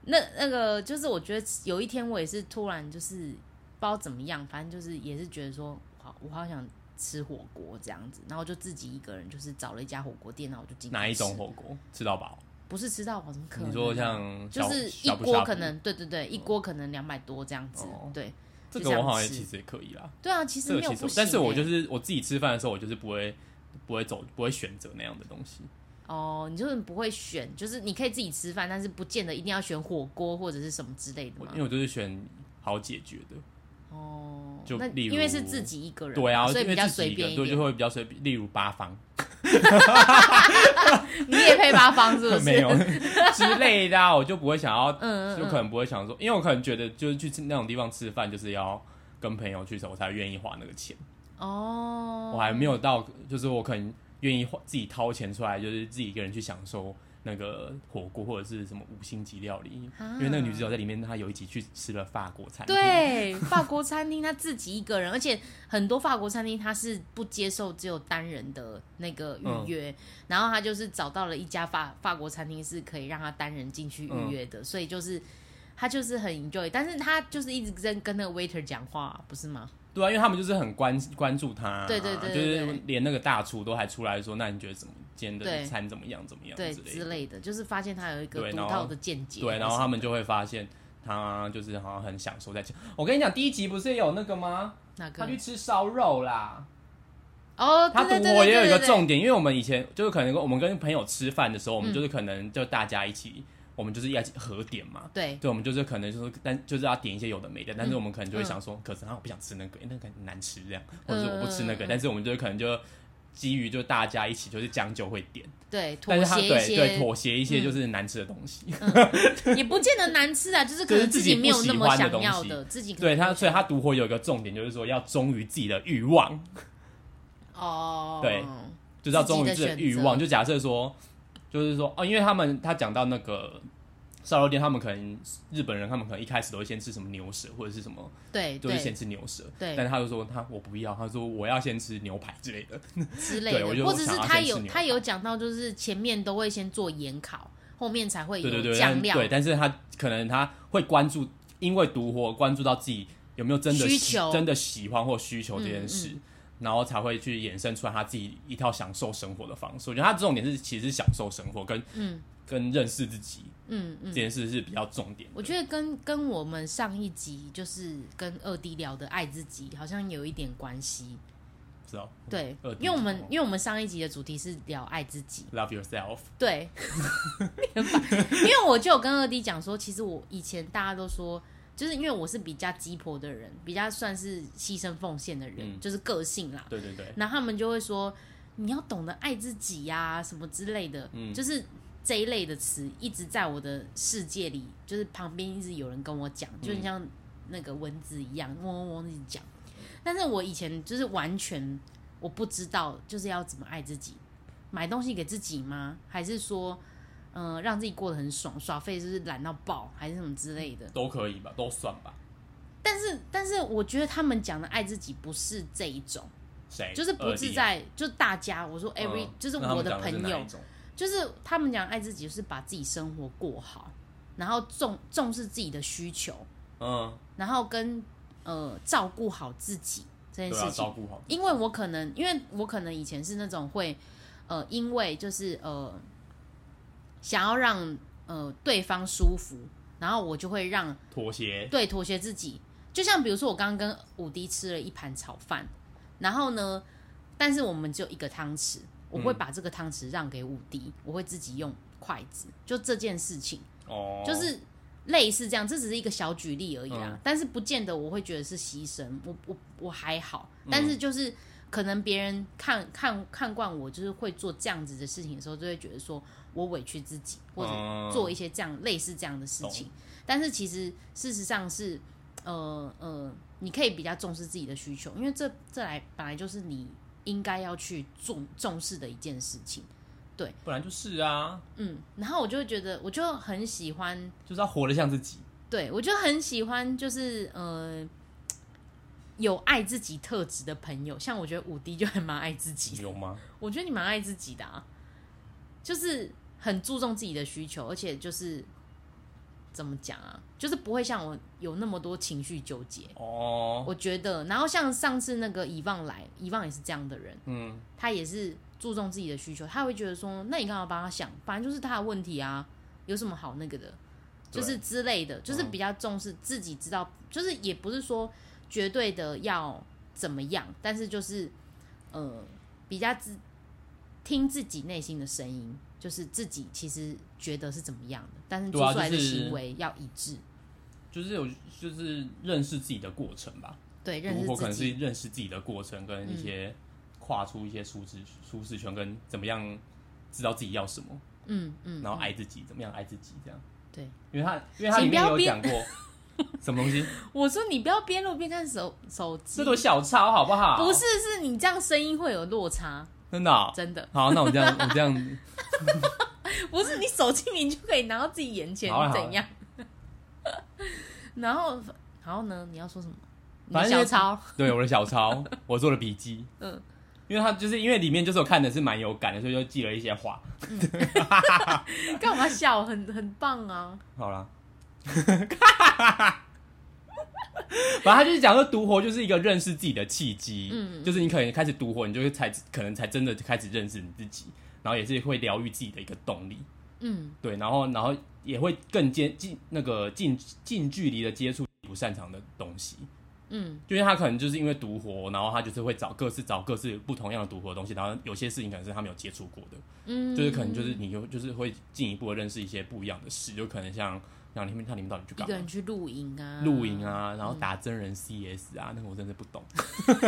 Speaker 2: 那那个就是我觉得有一天我也是突然就是不知道怎么样，反正就是也是觉得说好，我好想吃火锅这样子，然后就自己一个人就是找了一家火锅店，然后我就进去
Speaker 1: 哪一种
Speaker 2: 吃？
Speaker 1: 火锅吃到饱？
Speaker 2: 不是吃到饱，怎么可能啊？
Speaker 1: 你说像
Speaker 2: 就
Speaker 1: 小
Speaker 2: 是一
Speaker 1: 小不
Speaker 2: 锅
Speaker 1: 下
Speaker 2: 可能对对对，一锅可能两百多这样子，
Speaker 1: 哦
Speaker 2: 对
Speaker 1: 这
Speaker 2: 就
Speaker 1: 个
Speaker 2: 这
Speaker 1: 我
Speaker 2: 样
Speaker 1: 好像
Speaker 2: 吃
Speaker 1: 其实也可以啦，
Speaker 2: 对啊，其实
Speaker 1: 这个
Speaker 2: 没有
Speaker 1: 其
Speaker 2: 不
Speaker 1: 实
Speaker 2: 行
Speaker 1: 我，
Speaker 2: 欸、
Speaker 1: 但是我就是我自己吃饭的时候，我就是不会不会走不会选择那样的东西。
Speaker 2: 哦，你就是不会选，就是你可以自己吃饭，但是不见得一定要选火锅或者是什么之类的
Speaker 1: 我
Speaker 2: 嘛
Speaker 1: 因。为我就是选好解决的，
Speaker 2: 哦，
Speaker 1: 就
Speaker 2: 那
Speaker 1: 例如
Speaker 2: 因为是自己一个人嘛，
Speaker 1: 对啊，
Speaker 2: 所
Speaker 1: 因
Speaker 2: 以比
Speaker 1: 为
Speaker 2: 较
Speaker 1: 自己
Speaker 2: 随
Speaker 1: 一个
Speaker 2: 便一
Speaker 1: 对，就
Speaker 2: 点。
Speaker 1: 会比较随便。例如八 方，
Speaker 2: 你也配八方是不 是？
Speaker 1: 没有之类的啊，我就不会想要
Speaker 2: 嗯，嗯
Speaker 1: 就可能不会想说，因为我可能觉得就是去吃那种地方吃饭，就是要跟朋友去吃，我才愿意花那个钱。
Speaker 2: 嗯哦，
Speaker 1: 我还没有到，就是我可能愿意花自己掏钱出来，就是自己一个人去享受那个火锅或者是什么五星级料理。
Speaker 2: 啊
Speaker 1: 因为那个女主角在里面，她有一集去吃了法国餐厅，，
Speaker 2: 对法国餐厅，他自己一个人，而且很多法国餐厅他是不接受只有单人的那个
Speaker 1: 嗯
Speaker 2: 预约，然后他就是找到了一家法法国餐厅是可以让他单人进去预约的，
Speaker 1: 嗯
Speaker 2: 所以就是他就是很 enjoy，但是他就是一直跟跟那个 waiter 讲话，不是吗？
Speaker 1: 对啊，因为他们就是很关关注她、啊，
Speaker 2: 对对对对
Speaker 1: 就是连那个大厨都还出来说，那你觉得怎么今天
Speaker 2: 对
Speaker 1: 的餐怎么样怎么样
Speaker 2: 对
Speaker 1: 之类
Speaker 2: 之
Speaker 1: 的，
Speaker 2: 类的，就是发现他有一个
Speaker 1: 对
Speaker 2: 独
Speaker 1: 然后
Speaker 2: 到的见解。
Speaker 1: 对，然后他们就会发现。她就是好像很享受在吃。我跟你讲，第一集不是有那个吗？
Speaker 2: 那
Speaker 1: 她
Speaker 2: 个
Speaker 1: 去吃烧肉啦。
Speaker 2: 哦，
Speaker 1: 他
Speaker 2: 对
Speaker 1: 赌
Speaker 2: 对对
Speaker 1: 博也有一个
Speaker 2: 对对对
Speaker 1: 重点，因为我们以前就是可能我们跟朋友吃饭的时候，
Speaker 2: 嗯
Speaker 1: 我们就是可能就大家一起，我们就是一起合点嘛。
Speaker 2: 对
Speaker 1: 对，我们就是可能就是但就是要点一些有的没的，但
Speaker 2: 嗯
Speaker 1: 是我们可能就会想说，可是啊我不想吃那个，诶那个很难吃这样，或者是我不吃那个，
Speaker 2: 嗯
Speaker 1: 但是我们就可能就基于就大家一起就是将就会点，
Speaker 2: 对
Speaker 1: 但
Speaker 2: 妥
Speaker 1: 是他
Speaker 2: 协一
Speaker 1: 对对
Speaker 2: 些，嗯
Speaker 1: 妥协一些就是难吃的东西，
Speaker 2: 也不见得难吃啊，就是可
Speaker 1: 就是
Speaker 2: 能
Speaker 1: 自
Speaker 2: 自
Speaker 1: 己
Speaker 2: 己没
Speaker 1: 不
Speaker 2: 有
Speaker 1: 喜
Speaker 2: 那么
Speaker 1: 欢的
Speaker 2: 想
Speaker 1: 东
Speaker 2: 要
Speaker 1: 西
Speaker 2: 的，自己可
Speaker 1: 对
Speaker 2: 能
Speaker 1: 他
Speaker 2: 不
Speaker 1: 所以
Speaker 2: 想
Speaker 1: 他独活有一个重点就是说要忠于自己的欲望，
Speaker 2: 哦，
Speaker 1: 对就是要忠于自己的欲望。就假设说，就是说哦，因为他们他讲到那个烧肉店，他们可能日本人他们可能一开始都会先吃什么牛舌或者是什么，
Speaker 2: 对
Speaker 1: 就是先
Speaker 2: 对
Speaker 1: 吃牛舌。
Speaker 2: 对
Speaker 1: 但是他就说他我不要，他说我要先吃牛排之类的。
Speaker 2: 之类
Speaker 1: 对我
Speaker 2: 的，
Speaker 1: 就
Speaker 2: 或者是
Speaker 1: 想要
Speaker 2: 他
Speaker 1: 先吃
Speaker 2: 有
Speaker 1: 牛
Speaker 2: 他
Speaker 1: 排
Speaker 2: 有讲到，就是前面都会先做盐烤，后面才会
Speaker 1: 对对
Speaker 2: 有
Speaker 1: 对，
Speaker 2: 酱
Speaker 1: 但
Speaker 2: 料
Speaker 1: 对，但是他可能他会关注，因为独活关注到自己有没有真的
Speaker 2: 需
Speaker 1: 喜
Speaker 2: 求
Speaker 1: 真的喜欢或需求这
Speaker 2: 嗯
Speaker 1: 件
Speaker 2: 嗯
Speaker 1: 事。然后才会去衍生出来他自己一套享受生活的方式。我觉得他重点是其实是享受生活跟
Speaker 2: 嗯
Speaker 1: 跟认识自己
Speaker 2: 嗯嗯。
Speaker 1: 这件事是比较重点的。
Speaker 2: 我觉得跟跟我们上一集就是跟二弟聊的爱自己好像有一点关系，
Speaker 1: 知道
Speaker 2: 对
Speaker 1: 嗯二，弟
Speaker 2: 因为我们
Speaker 1: 哦
Speaker 2: 因为我们上一集的主题是聊爱自己，
Speaker 1: ，Love yourself。
Speaker 2: 对，因为我就有跟二弟讲说，其实我以前大家都说，就是因为我是比较鸡婆的人，比较算是牺牲奉献的人，
Speaker 1: 嗯
Speaker 2: 就是个性啦。
Speaker 1: 对对对，
Speaker 2: 然后他们就会说你要懂得爱自己呀、什么之类的，
Speaker 1: 嗯
Speaker 2: 就是这一类的词一直在我的世界里，就是旁边一直有人跟我讲，就很像那个蚊子一样，嗡嗡嗡一直讲。但是我以前就是完全我不知道，就是要怎么爱自己，买东西给自己吗？还是说，嗯、让自己过得很爽，耍废就是懒到爆，还是什么之类的？
Speaker 1: 都可以吧，都算吧。
Speaker 2: 但是，但是我觉得他们讲的爱自己不是这一种。
Speaker 1: 谁
Speaker 2: 就是不是在就大家，我说
Speaker 1: 二弟啊
Speaker 2: every、
Speaker 1: 嗯
Speaker 2: 就是
Speaker 1: 那他
Speaker 2: 我
Speaker 1: 们
Speaker 2: 的
Speaker 1: 讲是
Speaker 2: 朋
Speaker 1: 哪
Speaker 2: 友
Speaker 1: 一，种
Speaker 2: 就是他们讲爱自己，就是把自己生活过好，然后重重视自己的需求，
Speaker 1: 嗯，
Speaker 2: 然后跟呃照顾好自己这件
Speaker 1: 对
Speaker 2: 事
Speaker 1: 啊，
Speaker 2: 情。
Speaker 1: 照顾好。
Speaker 2: 因为我可能，因为我可能以前是那种会呃，因为就是呃想要让呃对方舒服，然后我就会让
Speaker 1: 妥协，
Speaker 2: 对，妥协自己。就像比如说，我刚刚跟五弟吃了一盘炒饭，然后呢，但是我们只有一个汤匙，我会
Speaker 1: 嗯
Speaker 2: 把这个汤匙让给五弟，我会自己用筷子。就这件事情，
Speaker 1: 哦，
Speaker 2: 就是类似这样，这只是一个小举例而已啦。
Speaker 1: 嗯
Speaker 2: 但是不见得我会觉得是牺牲，我我我还好，
Speaker 1: 嗯
Speaker 2: 但是就是。可能别人看看看惯我，就是会做这样子的事情的时候，就会觉得说我委屈自己，或者
Speaker 1: 嗯
Speaker 2: 做一些这样类似这样的事情。但是其实事实上是，呃呃，你可以比较重视自己的需求，因为这这来本来就是你应该要去重重视的一件事情。
Speaker 1: 本来就是啊，
Speaker 2: 嗯，然后我就会觉得，我就很喜欢，
Speaker 1: 就是要活得像自己。
Speaker 2: 对我就很喜欢，就是呃。有爱自己特质的朋友，像我觉得五 D 就还蛮爱自己的，
Speaker 1: 有吗？
Speaker 2: 我觉得你蛮爱自己的啊，就是很注重自己的需求，而且就是怎么讲啊，就是不会像我有那么多情绪纠结。
Speaker 1: 哦，
Speaker 2: 我觉得，然后像上次那个遗忘来，遗忘也是这样的人，
Speaker 1: 嗯，
Speaker 2: 他也是注重自己的需求，他会觉得说，那你干嘛帮他想？反正就是他的问题啊，有什么好那个的，
Speaker 1: 对嗯
Speaker 2: 就是之类的，就是比较重视自己知道，就是也不是说绝对的要怎么样，但是就是呃，比较自听自己内心的声音，就是自己其实觉得是怎么样的，但是做
Speaker 1: 对啊
Speaker 2: 出来的
Speaker 1: 就是
Speaker 2: 行为要一致，
Speaker 1: 就是有就是认识自己的过程吧。
Speaker 2: 对，认
Speaker 1: 如
Speaker 2: 识
Speaker 1: 果可
Speaker 2: 自
Speaker 1: 能是
Speaker 2: 己，嗯
Speaker 1: 认识自己的过程，跟一些跨出一些舒适舒适圈，跟怎么样知道自己要什么，
Speaker 2: 嗯嗯，
Speaker 1: 然后
Speaker 2: 嗯
Speaker 1: 爱自己，怎么样爱自己这样。
Speaker 2: 对。
Speaker 1: 因为他因为他里面有讲过什么东西，
Speaker 2: 我说你不要边录边看手手机
Speaker 1: 这，都小抄好不好？
Speaker 2: 不是，是你这样声音会有落差，
Speaker 1: 真的哦、
Speaker 2: 真的
Speaker 1: 好，那我这样我这样
Speaker 2: 不是你手机名就可以拿到自己眼前
Speaker 1: 好啦好啦
Speaker 2: 怎样？ 然后，然后呢？你要说什么？你
Speaker 1: 反
Speaker 2: 的
Speaker 1: 正就
Speaker 2: 小
Speaker 1: 是
Speaker 2: 抄，
Speaker 1: 对我的小抄，我做了笔记。
Speaker 2: 嗯，
Speaker 1: 因为他就是因为里面就是我看的是蛮有感的，所以就记了一些话。
Speaker 2: 干嘛笑？很很棒啊！
Speaker 1: 好啦， 反正他就是讲说，独活就是一个认识自己的契机，嗯，就是你可能开始独活，你就会才可能才真的开始认识你自己，然后也是会疗愈自己的一个动力，
Speaker 2: 嗯，
Speaker 1: 对，然后然后也会更接近那个近近距离的接触不擅长的东西，
Speaker 2: 嗯，
Speaker 1: 就因为他可能就是因为独活，然后他就是会找各式找各式不同样的独活的东西，然后有些事情可能是他没有接触过的，
Speaker 2: 嗯，
Speaker 1: 就是可能就是你就就是会进一步的认识一些不一样的事，就可能像像你们他你们到底去
Speaker 2: 一
Speaker 1: 干
Speaker 2: 个
Speaker 1: 嘛
Speaker 2: 人？去露营啊，
Speaker 1: 露营。啊，然后打真人 CS 啊，那个我真的不懂。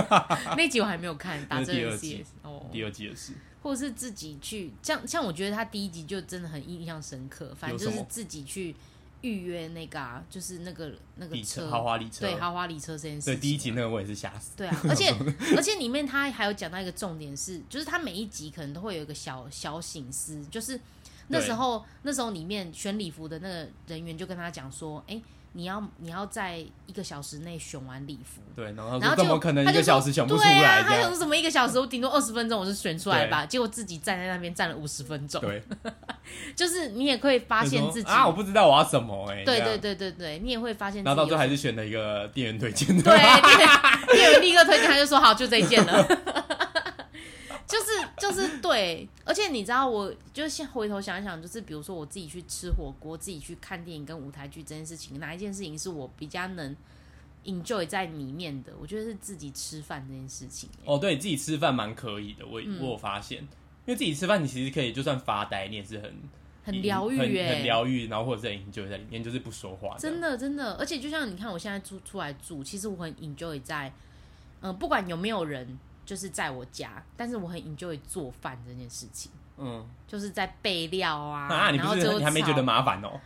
Speaker 2: 哦那集我还没有 看，打
Speaker 1: 啊那是
Speaker 2: 真
Speaker 1: 第
Speaker 2: 人
Speaker 1: 二集
Speaker 2: CS 哦，
Speaker 1: 第二季的事，
Speaker 2: 或者是自己去，像像我觉得他第一集就真的很印象深刻，反正
Speaker 1: 有什
Speaker 2: 就
Speaker 1: 么
Speaker 2: 是自己去预约那个啊，就是那个那个
Speaker 1: 里
Speaker 2: 车
Speaker 1: 程豪华里程，
Speaker 2: 对豪华礼车这件事情
Speaker 1: 对
Speaker 2: 啊。
Speaker 1: 第一集那个我也是吓死。
Speaker 2: 对 啊，而且而且里面他还有讲到一个重点是，就是他每一集可能都会有一个小小醒思，就是那时候那时候里面选礼服的那个人员就跟他讲说，哎、你要你要在一个小时内选完礼服。
Speaker 1: 对，然后
Speaker 2: 然
Speaker 1: 他说
Speaker 2: 后就
Speaker 1: 怎么可能
Speaker 2: 他
Speaker 1: 一
Speaker 2: 就
Speaker 1: 个小
Speaker 2: 说
Speaker 1: 时想不出
Speaker 2: 对
Speaker 1: 来
Speaker 2: 啊，
Speaker 1: 这
Speaker 2: 他想
Speaker 1: 样？
Speaker 2: 说什么一个小时，我顶多二十分钟我就选出来吧，结果自己站在那边站了五十分钟，
Speaker 1: 对，
Speaker 2: 就是你也会发现自己，
Speaker 1: 他说啊，我不知道我要什么哎。
Speaker 2: 对
Speaker 1: 这
Speaker 2: 对
Speaker 1: 样，
Speaker 2: 对对对，你也会发现自己
Speaker 1: 然后到最
Speaker 2: 有
Speaker 1: 后还是选了一 个店员推荐的。
Speaker 2: 对，店店员立刻推荐，他就说好，就这一件了。 就是就是对，而且你知道我，就现回头想一想，就是比如说我自己去吃火锅、自己去看电影跟舞台剧这件事情，哪一件事情是我比较能 enjoy 在里面的？我觉得是自己吃饭这件事情。
Speaker 1: 哦，对自己
Speaker 2: 嗯
Speaker 1: 吃饭蛮可以的，我我有发现，因为自己吃饭你其实可以就算发呆，你也是很
Speaker 2: 很疗愈
Speaker 1: 嗯很
Speaker 2: 耶
Speaker 1: 很疗愈，然后或者是 enjoy 在里面，就是不说话。
Speaker 2: 真，的真的，而且就像你看，我现在住出来住，其实我很 enjoy 在，嗯、不管有没有人，就是在我家，但是我很 enjoy 做饭这件事情，
Speaker 1: 嗯
Speaker 2: 就是在备料啊，
Speaker 1: 啊，你
Speaker 2: 然后
Speaker 1: 不
Speaker 2: 只有
Speaker 1: 是你还没觉
Speaker 2: 炒
Speaker 1: 得麻烦哦？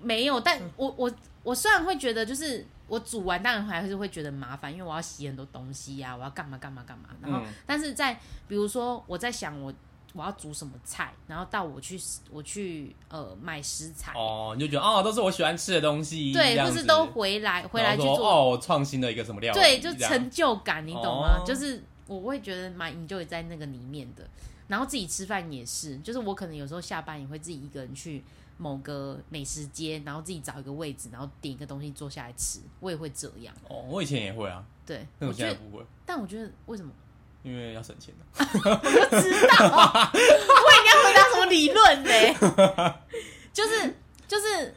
Speaker 2: 没有，但我我我虽然会觉得，就是我煮完，当然还是会觉得麻烦，因为我要洗很多东西啊呀、我要干嘛干嘛干嘛。然后，
Speaker 1: 嗯
Speaker 2: 但是在比如说我在想我我要煮什么菜，然后到我去我去呃买食材，
Speaker 1: 哦，你就觉得哦，都是我喜欢吃的东西，这
Speaker 2: 对，
Speaker 1: 样
Speaker 2: 或
Speaker 1: 子
Speaker 2: 是都回来回来去
Speaker 1: 然后说
Speaker 2: 做，
Speaker 1: 哦，我创新了一个什么料理，
Speaker 2: 对，就
Speaker 1: 这样
Speaker 2: 成就感，你懂吗？
Speaker 1: 哦
Speaker 2: 就是我会觉得蛮 enjoy 在那个里面的。然后自己吃饭也是，就是我可能有时候下班也会自己一个人去某个美食街，然后自己找一个位置，然后点一个东西坐下来吃，我也会这样。
Speaker 1: 哦，我以前也会啊，
Speaker 2: 对，
Speaker 1: 但
Speaker 2: 我
Speaker 1: 我现
Speaker 2: 觉
Speaker 1: 在
Speaker 2: 得，
Speaker 1: 不会，
Speaker 2: 但我觉得为什么？
Speaker 1: 因为要省钱啊
Speaker 2: 你要回答什么理论呢？ 就是就是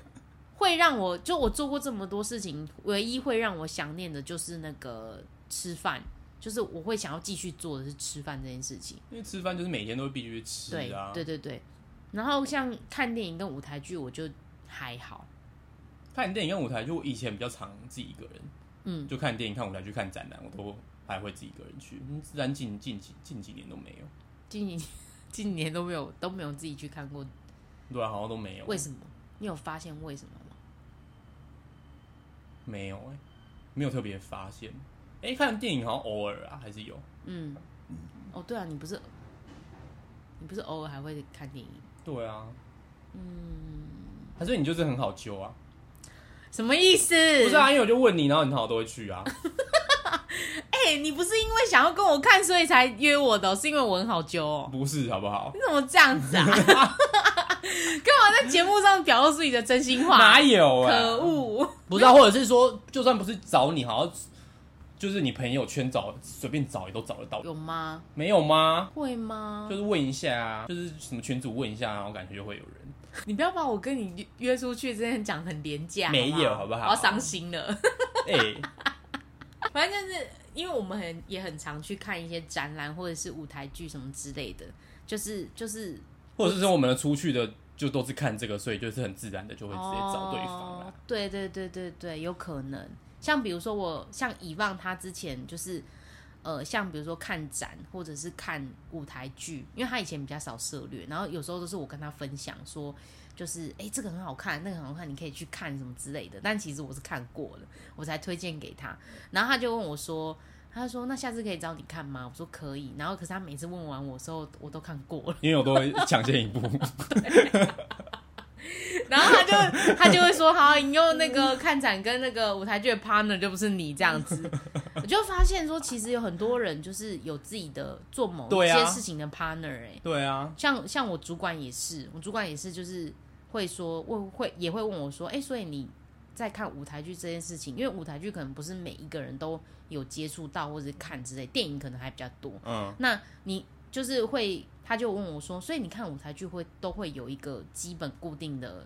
Speaker 2: 会让我就我做过这么多事情，唯一会让我想念的就是那个吃饭，就是我会想要继续做的是吃饭这件事情。
Speaker 1: 因为吃饭就是每天都必须吃
Speaker 2: 对
Speaker 1: 啊，
Speaker 2: 对对对。然后像看电影跟舞台剧，我就还好。
Speaker 1: 看电影跟舞台，就我以前比较常自己一个人，
Speaker 2: 嗯，
Speaker 1: 就看电影、看舞台剧、看展览，我都还会自己一个人去。嗯自然近近几近几年都没有，
Speaker 2: 今 年今年都没有都没有自己去看过，
Speaker 1: 对啊，好像都没有，
Speaker 2: 为什么？你有发现为什么吗？
Speaker 1: 没有哎、没有特别发现。哎、看电影好像偶尔啊，还是有。
Speaker 2: 嗯，哦，对啊，你不是你不是偶尔还会看电影？
Speaker 1: 对啊，嗯，还是你就是很好揪啊？
Speaker 2: 什么意思？
Speaker 1: 不是啊，因为我就问你，然后你好像都会去啊。
Speaker 2: 哎、你不是因为想要跟我看所以才约我的哦、是因为我很好揪哦。
Speaker 1: 不是，好不 好？
Speaker 2: 你怎么这 样子啊？干嘛在节目上表露自己的真心话？
Speaker 1: 哪有啊？
Speaker 2: 可！恶！
Speaker 1: 不是啊，或者是说，就算不是找你，好像就是你朋友圈找随便找也都找得到，
Speaker 2: 有吗？
Speaker 1: 没有吗？
Speaker 2: 会吗？
Speaker 1: 就是问一下啊，就是什么群主问一下，然后感觉就会有人。
Speaker 2: 你不要把我跟你约出去这件讲很廉价，
Speaker 1: 没有好不好
Speaker 2: 我要伤心了。
Speaker 1: 哎、
Speaker 2: 反正就是因为我们很也很常去看一些展览或者是舞台剧什么之类的，就是就是
Speaker 1: 或者是说我们的出去的就都是看这个，所以就是很自然的就会直接找对方啊啦
Speaker 2: 哦。对对对对对，有可能。像比如说我像以望他之前就是呃，像比如说看展或者是看舞台剧，因为他以前比较少涉猎，然后有时候都是我跟他分享说。就是哎、诶这个很好看，那个很好看，你可以去看什么之类的。但其实我是看过了，我才推荐给他。然后他就问我说：“他就说那下次可以找你看吗？”我说可以。然后可是他每次问完我的时候，我都看过了。
Speaker 1: 因为我都会抢先一步，
Speaker 2: 然后他就他就会说：“好，你用那个看展跟那个舞台剧的 partner 就不是你这样子。”我就发现说，其实有很多人就是有自己的做某
Speaker 1: 对
Speaker 2: 一
Speaker 1: 啊
Speaker 2: 些事情的 partner 哎、
Speaker 1: 对啊，
Speaker 2: 像像我主管也是，我主管也是就是会说问会也会问我说：“哎、所以你在看舞台剧这件事情，因为舞台剧可能不是每一个人都有接触到或者是看之类，电影可能还比较多。
Speaker 1: 嗯，
Speaker 2: 那你就是会，他就问我说，所以你看舞台剧会都会有一个基本固定的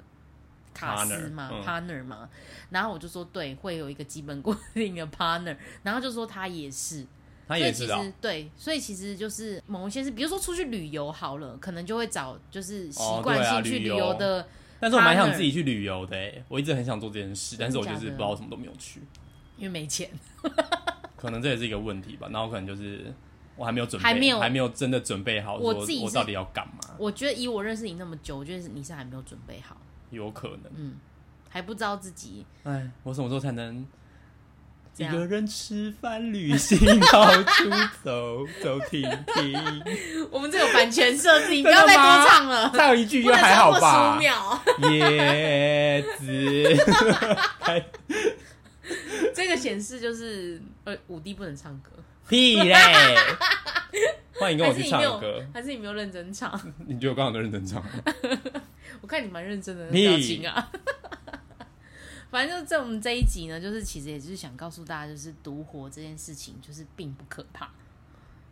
Speaker 2: 卡司
Speaker 1: Partner，
Speaker 2: 吗
Speaker 1: 嗯
Speaker 2: partner 吗？然后我就说对，会有一个基本固定的 partner，然后就说他也是，
Speaker 1: 他也知道
Speaker 2: 所以其，实对，所以其实就是某一些是，比如说出去旅游好了，可能就会找就是习
Speaker 1: 哦
Speaker 2: 惯
Speaker 1: 对啊
Speaker 2: 性去
Speaker 1: 旅
Speaker 2: 旅
Speaker 1: 游
Speaker 2: 游的，
Speaker 1: 但是我蛮想自己去旅游的、欸，我一直很想做这件事，
Speaker 2: 真
Speaker 1: 但
Speaker 2: 的
Speaker 1: 是我
Speaker 2: 假
Speaker 1: 就
Speaker 2: 的
Speaker 1: 是不知道什么都没有去，
Speaker 2: 因为没钱，
Speaker 1: 可能这也是一个问题吧。然后可能就是我还没有准备，
Speaker 2: 还没有
Speaker 1: 真的准备好，
Speaker 2: 我
Speaker 1: 说
Speaker 2: 自己是
Speaker 1: 我到底要干嘛，
Speaker 2: 我觉得以我认识你那么久，我觉得你是还没有准备好，
Speaker 1: 有可能。
Speaker 2: 嗯，还不知道自己
Speaker 1: 哎，我什么时候才能
Speaker 2: 这
Speaker 1: 一
Speaker 2: 样
Speaker 1: 个人吃饭、旅行、到处 走走停停？
Speaker 2: 我们这有版权设 定，不要再多唱了，
Speaker 1: 再有一句应
Speaker 2: 不
Speaker 1: 该
Speaker 2: 能
Speaker 1: 还
Speaker 2: 超
Speaker 1: 好
Speaker 2: 过十
Speaker 1: 吧
Speaker 2: 五？秒。
Speaker 1: 椰子，
Speaker 2: 这个显示就是呃，五弟不能唱歌，
Speaker 1: 屁 嘞！欢迎跟我去唱歌，
Speaker 2: 还是你没有认真唱？
Speaker 1: 你觉得我刚好在认真唱？
Speaker 2: 我看你蛮认真的那
Speaker 1: 屁
Speaker 2: 表情啊。 反正就在我们这一集呢，就是其实也就是想告诉大家，就是独活这件事情就是并不可怕，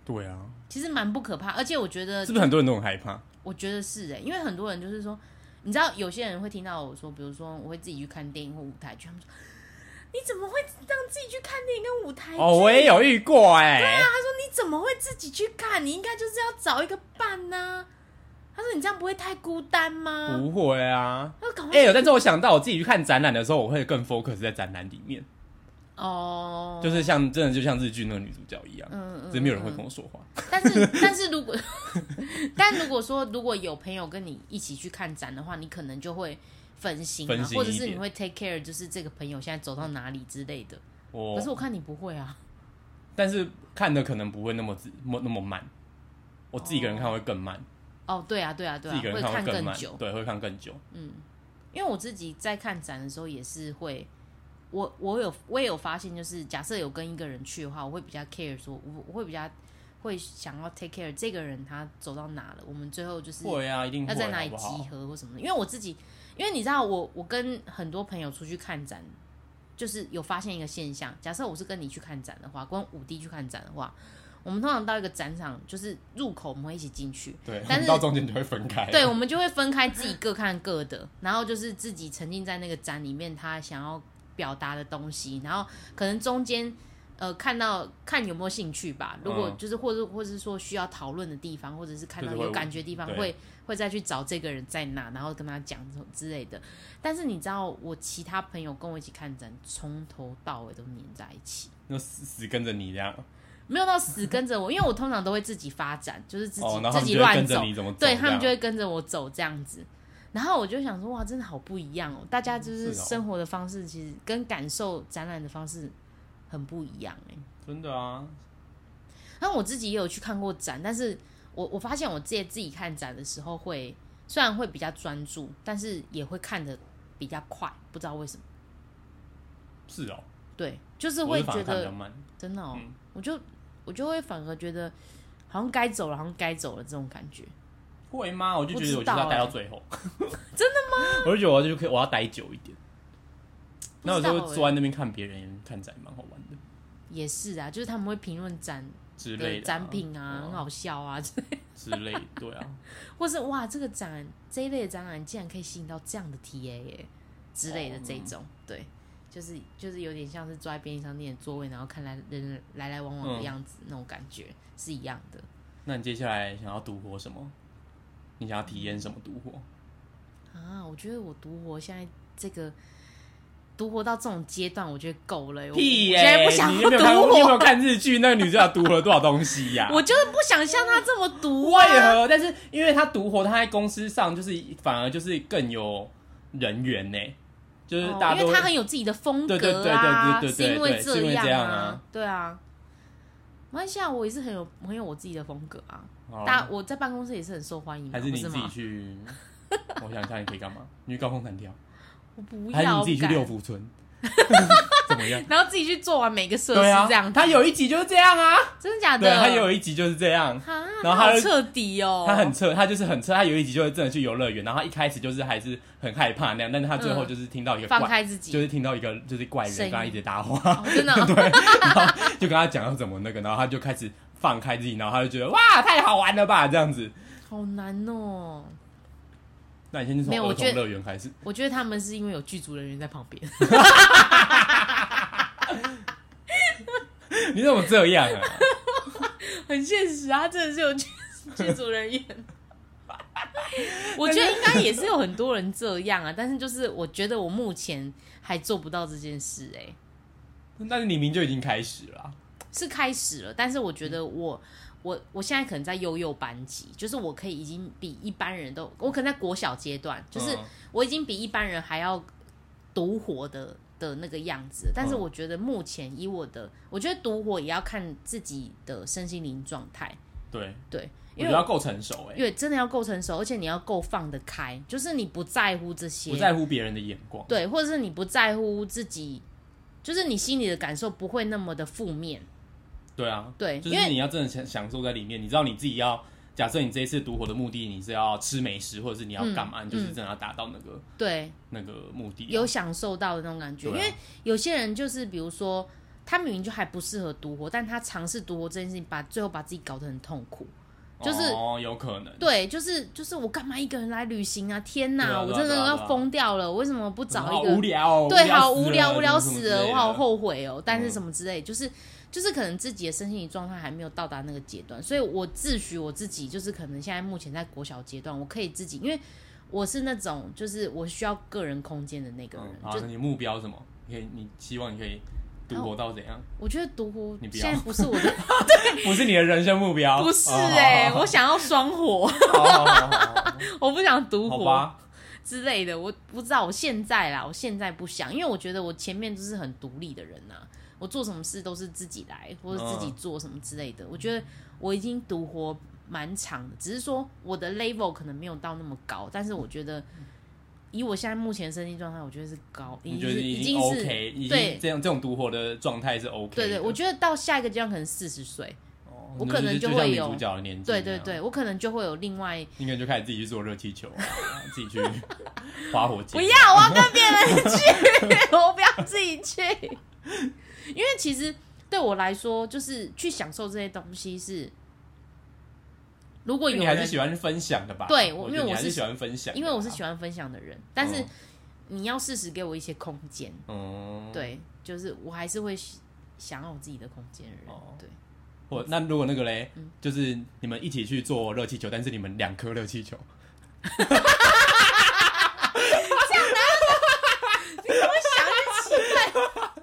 Speaker 1: 对啊，
Speaker 2: 其实蛮不可怕，而且我觉得
Speaker 1: 是不是很多人都很害怕？
Speaker 2: 我觉得是哎、因为很多人就是说，你知道有些人会听到我说，比如说我会自己去看电影或舞台剧，他们说你怎么会让自己去看电影跟舞台剧？
Speaker 1: 哦，我也有遇过哎、
Speaker 2: 啊他说你怎么会自己去看？你应该就是要找一个伴呐、他说是你这样不会太孤单吗？
Speaker 1: 不会啊。
Speaker 2: 那赶
Speaker 1: 哎、
Speaker 2: 快
Speaker 1: 有，但是我想到我自己去看展览的时候，我会更 focus 在展览里面，
Speaker 2: 哦，
Speaker 1: 就是像真的就像日剧那个女主角一样，
Speaker 2: 嗯
Speaker 1: 只是没有人会跟我说话。
Speaker 2: 但是， 但是如果，但如果说如果有朋友跟你一起去看展的话，你可能就会分心、啊，
Speaker 1: 分心
Speaker 2: 或者
Speaker 1: 一
Speaker 2: 是
Speaker 1: 点
Speaker 2: 你会 take care，就是这个朋友现在走到哪里之类的。可是
Speaker 1: 我，
Speaker 2: 我看你不会啊，
Speaker 1: 但是看的可能不会那么自那那么慢，我自己一个人看会更慢，
Speaker 2: 哦，对啊，对啊，对
Speaker 1: 自己
Speaker 2: 啊，
Speaker 1: 一个
Speaker 2: 会
Speaker 1: 人看
Speaker 2: 看
Speaker 1: 会更
Speaker 2: 更
Speaker 1: 慢，
Speaker 2: 久。
Speaker 1: 对，会看更久。
Speaker 2: 因为我自己在看展的时候也是会，我我有我也有发现，就是假设有跟一个人去的话，我会比较 care，说我我会比较会想要 take care 这个人他走到哪了，我们最后就是
Speaker 1: 会啊，一定会，
Speaker 2: 要在哪里
Speaker 1: 好不
Speaker 2: 集
Speaker 1: 好？
Speaker 2: 合或什么的。因为我自己，因为你知道我，我跟很多朋友出去看展，就是有发现一个现象。假设我是跟你去看展的话，跟五弟去看展的话，我们通常到一个展场，就是入口我们会一起进去，
Speaker 1: 对，
Speaker 2: 但是
Speaker 1: 到中间就会分开。
Speaker 2: 对，我们就会分开自己各看各的，然后就是自己沉浸在那个展里面，他想要表达的东西，然后可能中间。呃，看到看有没有兴趣吧。如果
Speaker 1: 嗯
Speaker 2: 就是或者或者是说需要讨论的地方，或者是看到
Speaker 1: 就是会
Speaker 2: 有感觉的地方，
Speaker 1: 对
Speaker 2: 会会再去找这个人在哪，然后跟他讲之类的。但是你知道，我其他朋友跟我一起看展，从头到尾都黏在一起。
Speaker 1: 就死死跟着你这样，
Speaker 2: 没有到死跟着我，因为我通常都会自己发展，就是自己、
Speaker 1: 哦，然后他们
Speaker 2: 自己
Speaker 1: 就会
Speaker 2: 乱
Speaker 1: 跟
Speaker 2: 走
Speaker 1: 着，你怎么走这
Speaker 2: 对
Speaker 1: 样，
Speaker 2: 他们就会跟着我走这样子。然后我就想说，哇，真的好不一样哦！大家就是
Speaker 1: 是哦
Speaker 2: 生活的方式，其实跟感受展览的方式很不一样哎。
Speaker 1: 真的啊，
Speaker 2: 然后我自己也有去看过展，但是我我发现我自己自己看展的时候会，虽然会比较专注，但是也会看的比较快，不知道为什么。
Speaker 1: 是哦，
Speaker 2: 对，就是
Speaker 1: 我
Speaker 2: 会
Speaker 1: 是反而
Speaker 2: 觉
Speaker 1: 看比
Speaker 2: 得
Speaker 1: 较慢。
Speaker 2: 真的哦，
Speaker 1: 嗯
Speaker 2: 我就我就会反而觉得好像该走了，好像该走了这种感觉。
Speaker 1: 会吗？我就觉得我
Speaker 2: 不
Speaker 1: 就
Speaker 2: 知
Speaker 1: 是
Speaker 2: 道欸
Speaker 1: 要待到最 后。真的吗？ 我就觉得我就可以，我要待久一点。那有时候
Speaker 2: 不知道欸
Speaker 1: 坐在那边看别人看展，蛮好玩的
Speaker 2: 也是啊，就是他们会评论展
Speaker 1: 之类
Speaker 2: 的
Speaker 1: 的啊
Speaker 2: 展品啊，很好笑啊，
Speaker 1: 之类的，对啊，
Speaker 2: 或是哇，这个展这一类的展览竟然可以吸引到这样的 TA 耶之类的
Speaker 1: 哦
Speaker 2: 这种，对，就是就是有点像是坐在便利商店的座位，然后看来人来来往往的
Speaker 1: 嗯
Speaker 2: 样子，那种感觉是一样的
Speaker 1: 那你接下来想要独活什么？你想要体验什么独活？
Speaker 2: 啊。我觉得我独活现在这个。独活到这种阶段，我觉得够了耶。我
Speaker 1: 屁耶！
Speaker 2: 我现在不想
Speaker 1: 你有
Speaker 2: 要
Speaker 1: 没有
Speaker 2: 独
Speaker 1: 看？
Speaker 2: 活，
Speaker 1: 你有没有看日剧？那个女主角独活了多少东西 呀、
Speaker 2: 我就是不想像他这么毒啊！
Speaker 1: 为何？但是因为他独活，他在公司上就是反而就是更有人缘呢、欸就是
Speaker 2: 哦
Speaker 1: 大家
Speaker 2: 因
Speaker 1: 都、
Speaker 2: 为他很有自己的风
Speaker 1: 对
Speaker 2: 格
Speaker 1: 对对
Speaker 2: 啊，
Speaker 1: 对对对对
Speaker 2: 是因为
Speaker 1: 对是因为这
Speaker 2: 样
Speaker 1: 样啊，
Speaker 2: 对啊。马来西啊亚我也是很有很有我自己的风格啊，
Speaker 1: 好
Speaker 2: 大我在办公室也是很受欢迎啊，
Speaker 1: 哦还是你自
Speaker 2: 不
Speaker 1: 己
Speaker 2: 吗？
Speaker 1: 去？我想一下，你可以干嘛？你去高空弹跳，
Speaker 2: 我不
Speaker 1: 还是
Speaker 2: 要，
Speaker 1: 你自己去
Speaker 2: 不敢
Speaker 1: 六福 村？怎么样？
Speaker 2: 然后自己去做完每个设
Speaker 1: 对
Speaker 2: 施
Speaker 1: 啊
Speaker 2: 这样，，
Speaker 1: 他有一集就是这样啊，
Speaker 2: 真的假
Speaker 1: 对
Speaker 2: 的？
Speaker 1: 他有一集就是这样。
Speaker 2: 啊，
Speaker 1: 然后他
Speaker 2: 他好
Speaker 1: 就
Speaker 2: 彻底哦，
Speaker 1: 他很彻，他就是很彻。他有一集就是真的去游乐园，然后他一开始就是还是很害怕那样，但是他最后
Speaker 2: 嗯
Speaker 1: 就是听到一个
Speaker 2: 放
Speaker 1: 怪，
Speaker 2: 开自己
Speaker 1: 就，是听到一个就是怪人
Speaker 2: 声
Speaker 1: 跟
Speaker 2: 音
Speaker 1: 他一直搭话，
Speaker 2: 哦真的哦
Speaker 1: 就跟他讲要怎么那个，然后他就开始放开自己，然后他就觉得哇太好玩了吧这样子。
Speaker 2: 好难哦。
Speaker 1: 那你先去
Speaker 2: 没有
Speaker 1: 从
Speaker 2: 我
Speaker 1: 儿
Speaker 2: 觉
Speaker 1: 童
Speaker 2: 得
Speaker 1: 乐园开始，
Speaker 2: 我觉得他们是因为有剧组人员在旁边，
Speaker 1: 你怎么这样啊？
Speaker 2: 很现实啊，真的是有剧剧组人 员。我觉得应该也是有很多人这样啊，但是就是我觉得我目前还做不到这件事、欸，
Speaker 1: 但是你明就已经开始了啊，
Speaker 2: 是开始了，但是我觉得
Speaker 1: 嗯
Speaker 2: 我我我现在可能在幼幼班级，就是我可以已经比一般人都，我可能在国小阶段，就是
Speaker 1: 嗯
Speaker 2: 我已经比一般人还要独活的的那个样子，但是
Speaker 1: 嗯
Speaker 2: 我觉得目前以我的，我觉得独活也要看自己的身心灵状态，
Speaker 1: 对，
Speaker 2: 对，
Speaker 1: 我觉
Speaker 2: 因
Speaker 1: 得
Speaker 2: 为
Speaker 1: 要够成熟哎、
Speaker 2: 因为真的要够成熟，而且你要够放得开，就是你不在乎这些，
Speaker 1: 不在乎别人的眼光。
Speaker 2: 对，或者是你不在乎自己，就是你心里的感受不会那么的负面，
Speaker 1: 对啊，
Speaker 2: 对，
Speaker 1: 就
Speaker 2: 因
Speaker 1: 是
Speaker 2: 为
Speaker 1: 你要真的享享受在里面，你知道你自己要。假设你这一次独活的目的，你是要吃美食，或者是你要干嘛，
Speaker 2: 嗯
Speaker 1: 你就是真的要达到那个、
Speaker 2: 对
Speaker 1: 那个目的、啊
Speaker 2: 有享受到的那种感觉，因
Speaker 1: 对啊
Speaker 2: 为有些人就是比如说。他明明就还不适合独活，但他尝试独活这件事情，把最后把自己搞得很痛苦。
Speaker 1: 嗯
Speaker 2: 就是
Speaker 1: 哦，有可能。
Speaker 2: 对，就是就是我干嘛一个人来旅行啊？天哪，
Speaker 1: 对啊
Speaker 2: 我
Speaker 1: 对啊
Speaker 2: 真的
Speaker 1: 对啊对
Speaker 2: 要
Speaker 1: 啊
Speaker 2: 疯掉了！我为什么不
Speaker 1: 然
Speaker 2: 找
Speaker 1: 后
Speaker 2: 一个
Speaker 1: 无聊哦，
Speaker 2: 对，好
Speaker 1: 无
Speaker 2: 无
Speaker 1: 聊
Speaker 2: 聊，
Speaker 1: 死了什
Speaker 2: 无聊
Speaker 1: 么什
Speaker 2: 死
Speaker 1: 么之类
Speaker 2: 了，我
Speaker 1: 的
Speaker 2: 好后悔哦。但是
Speaker 1: 嗯
Speaker 2: 什么之类，就是就是可能自己的身心理状态还没有到达那个阶段，所以我自诩我自己就是可能现在目前在国小阶段，我可以自己，因为我是那种就是我需要个人空间的那个人，
Speaker 1: 嗯，好，
Speaker 2: 就
Speaker 1: 那你目标是什么？你可以，你希望你可以读博到怎样？
Speaker 2: 我觉得独活
Speaker 1: 你不要
Speaker 2: 现在不是我的，
Speaker 1: 不是你的人生目标，
Speaker 2: 不是
Speaker 1: 哦
Speaker 2: 哎、
Speaker 1: 好
Speaker 2: 我想要双活，
Speaker 1: 好好好好好好
Speaker 2: 我不想独
Speaker 1: 好
Speaker 2: 活。
Speaker 1: 吧，
Speaker 2: 之类的，我不知道。我现在啦，我现在不想，因为我觉得我前面就是很独立的人呐、我做什么事都是自己来，或者
Speaker 1: 嗯
Speaker 2: 自己做什么之类的。我觉得我已经独活蛮长的，只是说我的 level 可能没有到那么高，但是我觉得以我现在目前的身心状态，我觉得是高，
Speaker 1: 你
Speaker 2: 已
Speaker 1: 觉
Speaker 2: 经
Speaker 1: 得
Speaker 2: 是
Speaker 1: 已
Speaker 2: 经
Speaker 1: 经
Speaker 2: 是
Speaker 1: OK，已
Speaker 2: 对
Speaker 1: 经这样这种独活的状态是 OK 的。
Speaker 2: 对对，我觉得到下一个阶段可能四十岁，
Speaker 1: 哦
Speaker 2: 我
Speaker 1: 那
Speaker 2: 可能
Speaker 1: 就
Speaker 2: 就
Speaker 1: 就像
Speaker 2: 会
Speaker 1: 女
Speaker 2: 有
Speaker 1: 主角的年纪，
Speaker 2: 对对，对，我可能就会有另外
Speaker 1: 你可能就开始自己去做热气球啊，自己去 花火节，
Speaker 2: 不要，我要跟别人去，我不要自己去。因为其实对我来说，就是去享受这些东西是，如果
Speaker 1: 因为
Speaker 2: 有
Speaker 1: 你还是
Speaker 2: 人，
Speaker 1: 喜欢分享的吧？
Speaker 2: 对我
Speaker 1: 我
Speaker 2: 因为
Speaker 1: 觉得你
Speaker 2: 我
Speaker 1: 还是
Speaker 2: 是
Speaker 1: 喜欢分享的吧，
Speaker 2: 因为我是喜欢分享的人，但是
Speaker 1: 嗯
Speaker 2: 你要适时给我一些空间。
Speaker 1: 嗯，
Speaker 2: 对，就是我还是会喜想要有自己的空间的人。
Speaker 1: 哦
Speaker 2: 对，嗯
Speaker 1: 我那如果那个嘞，就是你们一起去做热气球，但是你们两颗热气球，
Speaker 2: 我想要奇
Speaker 1: 就
Speaker 2: 怪，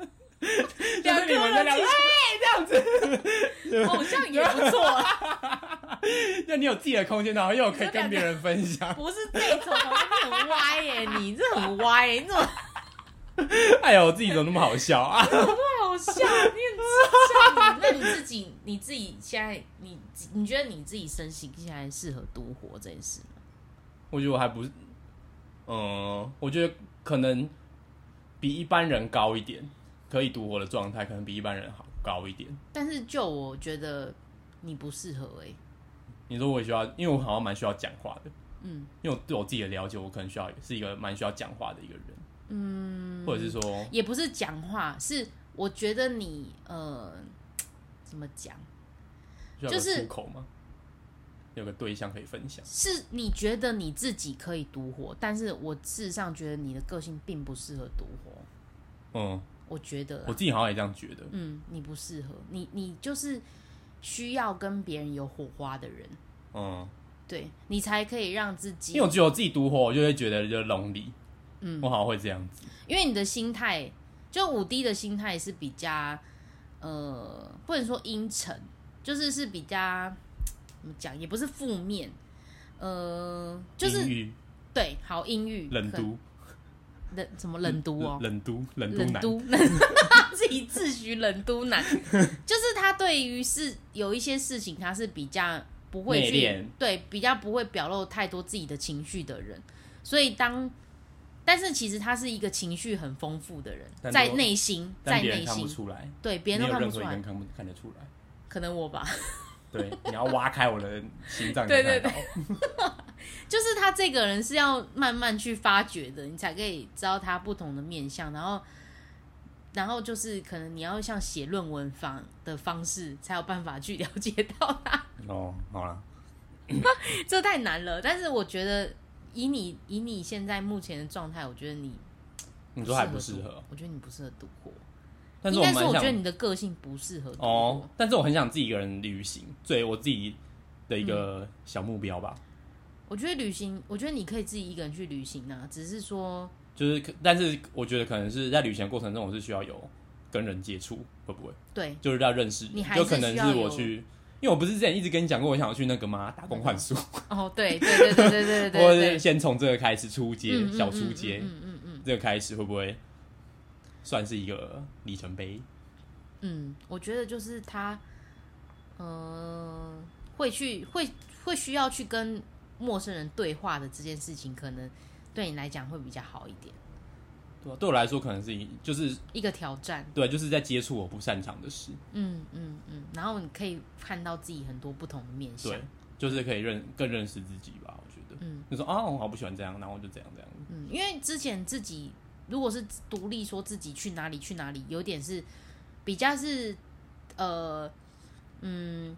Speaker 1: 是你们的两
Speaker 2: 个
Speaker 1: 个
Speaker 2: 人
Speaker 1: 这样子，
Speaker 2: 偶像也不错，
Speaker 1: 那你有自己的空间，然后又可以跟别人分享，
Speaker 2: 不是这种，你很歪耶、你这很歪耶、你怎么？
Speaker 1: 哎呦，我自己怎么那么好笑啊？
Speaker 2: 好笑，你很智障。 那你自己，你自己现在，你你觉得你自己身形现在适合独活这件事吗？
Speaker 1: 我觉得我还不是，嗯，我觉得可能比一般人高一点，可以独活的状态，可能比一般人好高一点。
Speaker 2: 但是就我觉得你不适合哎、
Speaker 1: 你说我也需要，因为我好像蛮需要讲话的，
Speaker 2: 嗯，
Speaker 1: 因为我对我自己的了解，我可能需要是一个蛮需要讲话的一个人，嗯，或者是说，
Speaker 2: 也不是讲话，是我觉得你呃，怎么讲？
Speaker 1: 需要有
Speaker 2: 就
Speaker 1: 个
Speaker 2: 是
Speaker 1: 出口吗？有个对象可以分享，
Speaker 2: 是你觉得你自己可以独活，但是我事实上觉得你的个性并不适合独活，
Speaker 1: 嗯，
Speaker 2: 我觉得啦啊
Speaker 1: 我自己好像也这样觉得，
Speaker 2: 嗯，你不适合，你你就是需要跟别人有火花的人。
Speaker 1: 嗯，
Speaker 2: 对你才可以让自己，
Speaker 1: 因为我只有自己独活，我就会觉得就龙里，
Speaker 2: 嗯
Speaker 1: 我好像会这样子，
Speaker 2: 因为你的心态，就五 D 的心态是比较，呃，不能说阴沉，就是是比较怎么讲，也不是负面，呃，就是
Speaker 1: 阴郁
Speaker 2: 对，好阴郁，
Speaker 1: 冷嗯
Speaker 2: 可能
Speaker 1: 都，
Speaker 2: 冷什么冷毒哦，
Speaker 1: 冷都，冷都
Speaker 2: 冷
Speaker 1: 男，
Speaker 2: 都 自己自诩冷都男，就是他对于是有一些事情他是比较不会
Speaker 1: 内敛
Speaker 2: 去对比较不会表露太多自己的情绪的人，所以当但是其实他是一个情绪很丰富的人，
Speaker 1: 但
Speaker 2: 在
Speaker 1: 都
Speaker 2: 内心在
Speaker 1: 但别
Speaker 2: 内
Speaker 1: 人看不
Speaker 2: 心
Speaker 1: 出来，
Speaker 2: 对别人
Speaker 1: 没
Speaker 2: 都
Speaker 1: 有
Speaker 2: 看
Speaker 1: 任
Speaker 2: 不出
Speaker 1: 何一个
Speaker 2: 来
Speaker 1: 人，看不看得出来。
Speaker 2: 可能我吧，
Speaker 1: 对，你要挖开我的心脏，
Speaker 2: 对
Speaker 1: 你才
Speaker 2: 对
Speaker 1: 看得
Speaker 2: 就是他这个人是要慢慢去发掘的，你才可以知道他不同的面相，然后，然后就是可能你要像写论文方的方式，才有办法去了解到他，
Speaker 1: 到哦，好了，
Speaker 2: 这太难了。但是我觉得以你以你现在目前的状态，我觉得你
Speaker 1: 你说还不
Speaker 2: 适
Speaker 1: 适
Speaker 2: 合
Speaker 1: 合
Speaker 2: 读，，我觉得你不适合读活，
Speaker 1: 但是
Speaker 2: 应
Speaker 1: 我
Speaker 2: 该
Speaker 1: 蛮
Speaker 2: 是我觉得
Speaker 1: 想
Speaker 2: 你的个性不适合读活。
Speaker 1: 哦，但是我很想自己一个人旅行，作为我自己的一
Speaker 2: 嗯
Speaker 1: 个小目标吧。
Speaker 2: 我觉得旅行，我觉得你可以自己一个人去旅行啊，只是说
Speaker 1: 就是可，但是我觉得可能是在旅行的过程中，我是需要有跟人接触，会不会
Speaker 2: 对
Speaker 1: 就是要认识人
Speaker 2: 你还是
Speaker 1: 就可能是我
Speaker 2: 需
Speaker 1: 去，因为我不是之前一直跟你讲过，我想要去那个吗？打工换宿，
Speaker 2: 哦，对对对对对对对
Speaker 1: 或
Speaker 2: 对
Speaker 1: 者是
Speaker 2: 对，
Speaker 1: 先从这个开始出街，
Speaker 2: 嗯嗯
Speaker 1: 小出
Speaker 2: 嗯
Speaker 1: 街、
Speaker 2: 嗯嗯嗯。
Speaker 1: 这个开始，会不会算是一个里程碑？
Speaker 2: 嗯，我觉得就是他，嗯，会去会会需要去跟陌生人对话的这件事情，可能对你来讲会比较好一点，
Speaker 1: 对、啊，对我来说可能是一就是
Speaker 2: 一个挑战。
Speaker 1: 对，啊就是在接触我不擅长的事，
Speaker 2: 嗯嗯嗯，然后你可以看到自己很多不同的面相
Speaker 1: 对。，就是可以认更认识自己吧，我觉得。
Speaker 2: 嗯
Speaker 1: 就说啊，我好不喜欢这样，然后我就这样这样。
Speaker 2: 嗯，因为之前自己如果是独立说自己去哪里去哪里，有点是比较是呃嗯，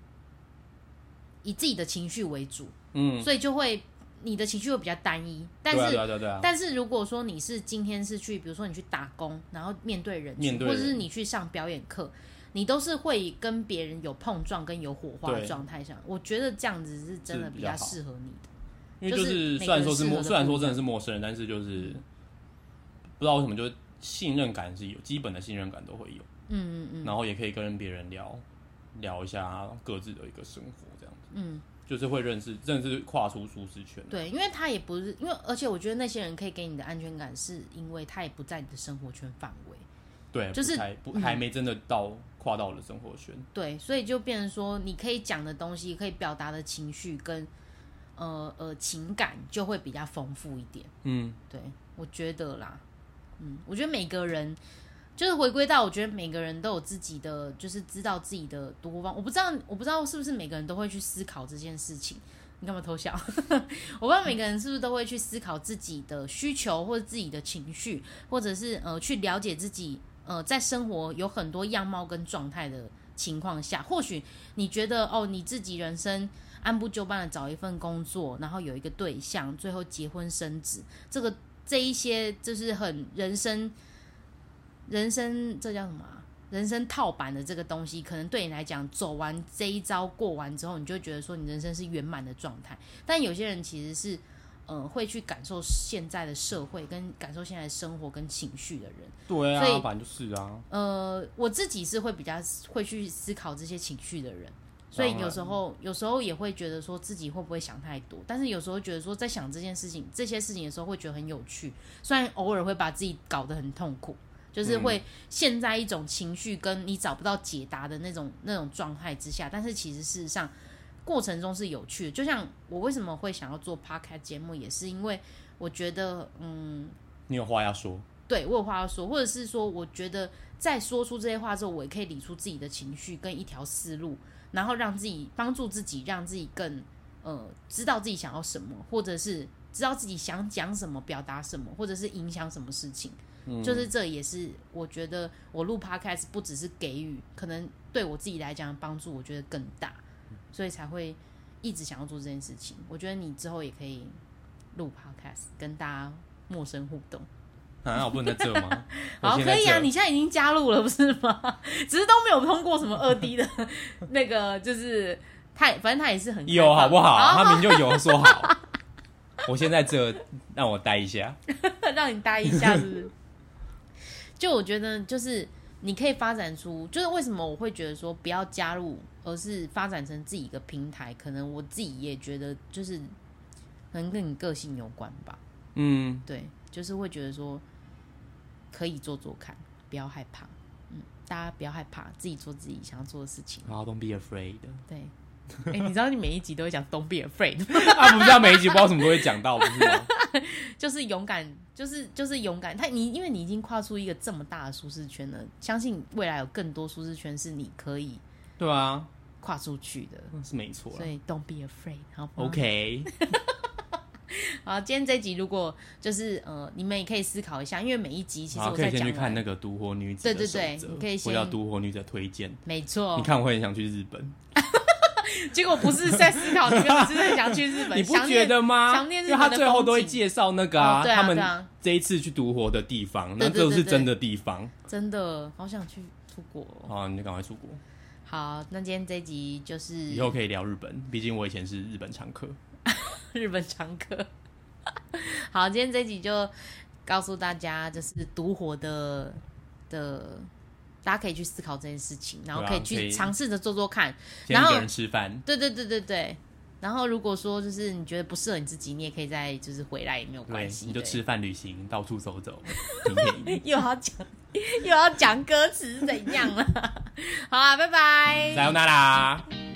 Speaker 2: 以自己的情绪为主，
Speaker 1: 嗯，
Speaker 2: 所以就会你的情绪会比较单一，但
Speaker 1: 对啊
Speaker 2: 是
Speaker 1: 对啊对啊对啊，
Speaker 2: 但是如果说你是今天是去，比如说你去打工，然后面对人群，
Speaker 1: 面对
Speaker 2: 或
Speaker 1: 人
Speaker 2: 者是你去上表演课，你都是会跟别人有碰撞跟有火花的
Speaker 1: 对
Speaker 2: 状态上，我觉得这样子是真的
Speaker 1: 是比
Speaker 2: 比
Speaker 1: 较
Speaker 2: 较
Speaker 1: 好
Speaker 2: 适合你的。
Speaker 1: 因为就
Speaker 2: 就是
Speaker 1: 是
Speaker 2: 每个
Speaker 1: 虽然
Speaker 2: 人
Speaker 1: 说是
Speaker 2: 适合
Speaker 1: 陌，
Speaker 2: 的
Speaker 1: 虽然说
Speaker 2: 不一样
Speaker 1: 真的是陌生人，但是就是不知道为什么，就是信任感是有，基本的信任感都会有，
Speaker 2: 嗯嗯嗯
Speaker 1: 然后也可以跟别人聊聊一下各自的一个生活，这样子
Speaker 2: 嗯，
Speaker 1: 就是会认识，真的是跨出舒适圈。
Speaker 2: 对，因为他也不是因为，而且我觉得那些人可以给你的安全感，是因为他也不在你的生活圈范围。
Speaker 1: 对，
Speaker 2: 就是
Speaker 1: 不太不
Speaker 2: 嗯
Speaker 1: 还没真的到跨到我的生活圈，
Speaker 2: 对，所以就变成说，你可以讲的东西，可以表达的情绪跟呃呃情感就会比较丰富一点。
Speaker 1: 嗯，
Speaker 2: 对，我觉得啦，嗯，我觉得每个人就是回归到，我觉得每个人都有自己的，就是知道自己的多方。我不知道，我不知道是不是每个人都会去思考这件事情。你干嘛偷笑？ 我不知道每个人是不是都会去思考自己的需求，或者自己的情绪，或者是呃去了解自己呃在生活有很多样貌跟状态的情况下，或许你觉得哦你自己人生按部就班的找一份工作，然后有一个对象，最后结婚生子，这个这一些就是很人生，人生这叫什么啊、人生套版的这个东西，可能对你来讲，走完这一招过完之后，你就会觉得说你人生是圆满的状态。但有些人其实是，呃，会去感受现在的社会，跟感受现在的生活跟情绪的人。
Speaker 1: 对
Speaker 2: 所
Speaker 1: 啊，
Speaker 2: 以
Speaker 1: 反正就是啊，
Speaker 2: 呃，我自己是会比较会去思考这些情绪的人，所以
Speaker 1: 当然
Speaker 2: 有时候有时候也会觉得说自己会不会想太多，但是有时候觉得说在想这件事情这些事情的时候会觉得很有趣，虽然偶尔会把自己搞得很痛苦，就是会陷在一种情绪跟你找不到解答的那种那种状态之下，但是其实事实上过程中是有趣的。就像我为什么会想要做 podcast 节目，也是因为我觉得嗯。
Speaker 1: 你有话要说，
Speaker 2: 对我有话要说，或者是说，我觉得在说出这些话之后，我也可以理出自己的情绪跟一条思路，然后让自己帮助自己，让自己更呃知道自己想要什么，或者是知道自己想讲什么、表达什么，或者是影响什么事情。
Speaker 1: 嗯
Speaker 2: 就是这也是我觉得我录 podcast 不只是给予，可能对我自己来讲帮助，我觉得更大，所以才会一直想要做这件事情。我觉得你之后也可以录 podcast，跟大家陌生互动。
Speaker 1: 啊，我不能在这吗？我
Speaker 2: 好，
Speaker 1: 现在
Speaker 2: 可以啊，
Speaker 1: 在这
Speaker 2: 你现在已经加入了，不是吗？ 只是都没有通过什么二 D 的那个，就是他，反正他也是很
Speaker 1: 有好不好？
Speaker 2: 好
Speaker 1: 他明就有说好，我先在这，让我待一下。
Speaker 2: 让你待一下，是不 是？就我觉得，就是你可以发展出，就是为什么我会觉得说不要加入，而是发展成自己一个平台。可能我自己也觉得，就是可能跟你个性有关吧。
Speaker 1: 嗯，
Speaker 2: 对，就是会觉得说可以做做看，不要害怕。嗯，大家不要害怕，自己做自己想要做的事情。
Speaker 1: 好，Don't be afraid。
Speaker 2: 对，哎、你知道你每一集都会讲 “Don't be afraid”，吗
Speaker 1: 啊，不知道每一集不知道什么都会讲到，不是吗？
Speaker 2: 就是勇敢，就是就是勇敢。他你因为你已经跨出一个这么大的舒适圈了，相信未来有更多舒适圈是你可以
Speaker 1: 对啊，
Speaker 2: 跨出去的。
Speaker 1: 是没错
Speaker 2: 所
Speaker 1: 啦。
Speaker 2: 以嗯 Don't be afraid，好不好
Speaker 1: OK，
Speaker 2: 好，今天这集如果就是呃，你们也可以思考一下，因为每一集其实
Speaker 1: 好，
Speaker 2: 我
Speaker 1: 可
Speaker 2: 在
Speaker 1: 以先
Speaker 2: 讲
Speaker 1: 去
Speaker 2: 完，
Speaker 1: 看那个《独活女子》的
Speaker 2: 对
Speaker 1: 守则
Speaker 2: 对对你可以先哦
Speaker 1: 我要《独活女子》的推荐。
Speaker 2: 没错
Speaker 1: 你。看，我会很想去日本，
Speaker 2: 结果不是在思考，你们只是在想去日 本，
Speaker 1: 你不
Speaker 2: 想
Speaker 1: 觉
Speaker 2: 念
Speaker 1: 得吗？
Speaker 2: 想
Speaker 1: 因
Speaker 2: 念
Speaker 1: 为
Speaker 2: 日本的
Speaker 1: 他最后都会
Speaker 2: 风景
Speaker 1: 介绍那个
Speaker 2: 哦对啊
Speaker 1: 他
Speaker 2: 对
Speaker 1: 们
Speaker 2: 啊
Speaker 1: 这一次去独活的地方，那
Speaker 2: 对对
Speaker 1: 这是
Speaker 2: 对对
Speaker 1: 真的地方。
Speaker 2: 真的好想去出国哦、
Speaker 1: 好，你就赶快出国，
Speaker 2: 好，那今天这集就是
Speaker 1: 以后可以聊日本，毕竟我以前是日本常客。
Speaker 2: 日本常客。好，今天这集就告诉大家，就是独活的的，大家可以去思考这件事情，然后
Speaker 1: 对啊
Speaker 2: 可以
Speaker 1: 可
Speaker 2: 去
Speaker 1: 以
Speaker 2: 尝试着做做看。
Speaker 1: 先
Speaker 2: 然
Speaker 1: 一
Speaker 2: 后
Speaker 1: 个人吃饭，
Speaker 2: 对对对对对。然后如果说就是你觉得不适合你自己，你也可以再就是回来也没有
Speaker 1: 对
Speaker 2: 关，系。
Speaker 1: 你就
Speaker 2: 对
Speaker 1: 吃饭、旅行，到处走走，挺便宜的。
Speaker 2: 又要讲 又要讲歌词是怎样了？好啊，拜拜。
Speaker 1: さよなら。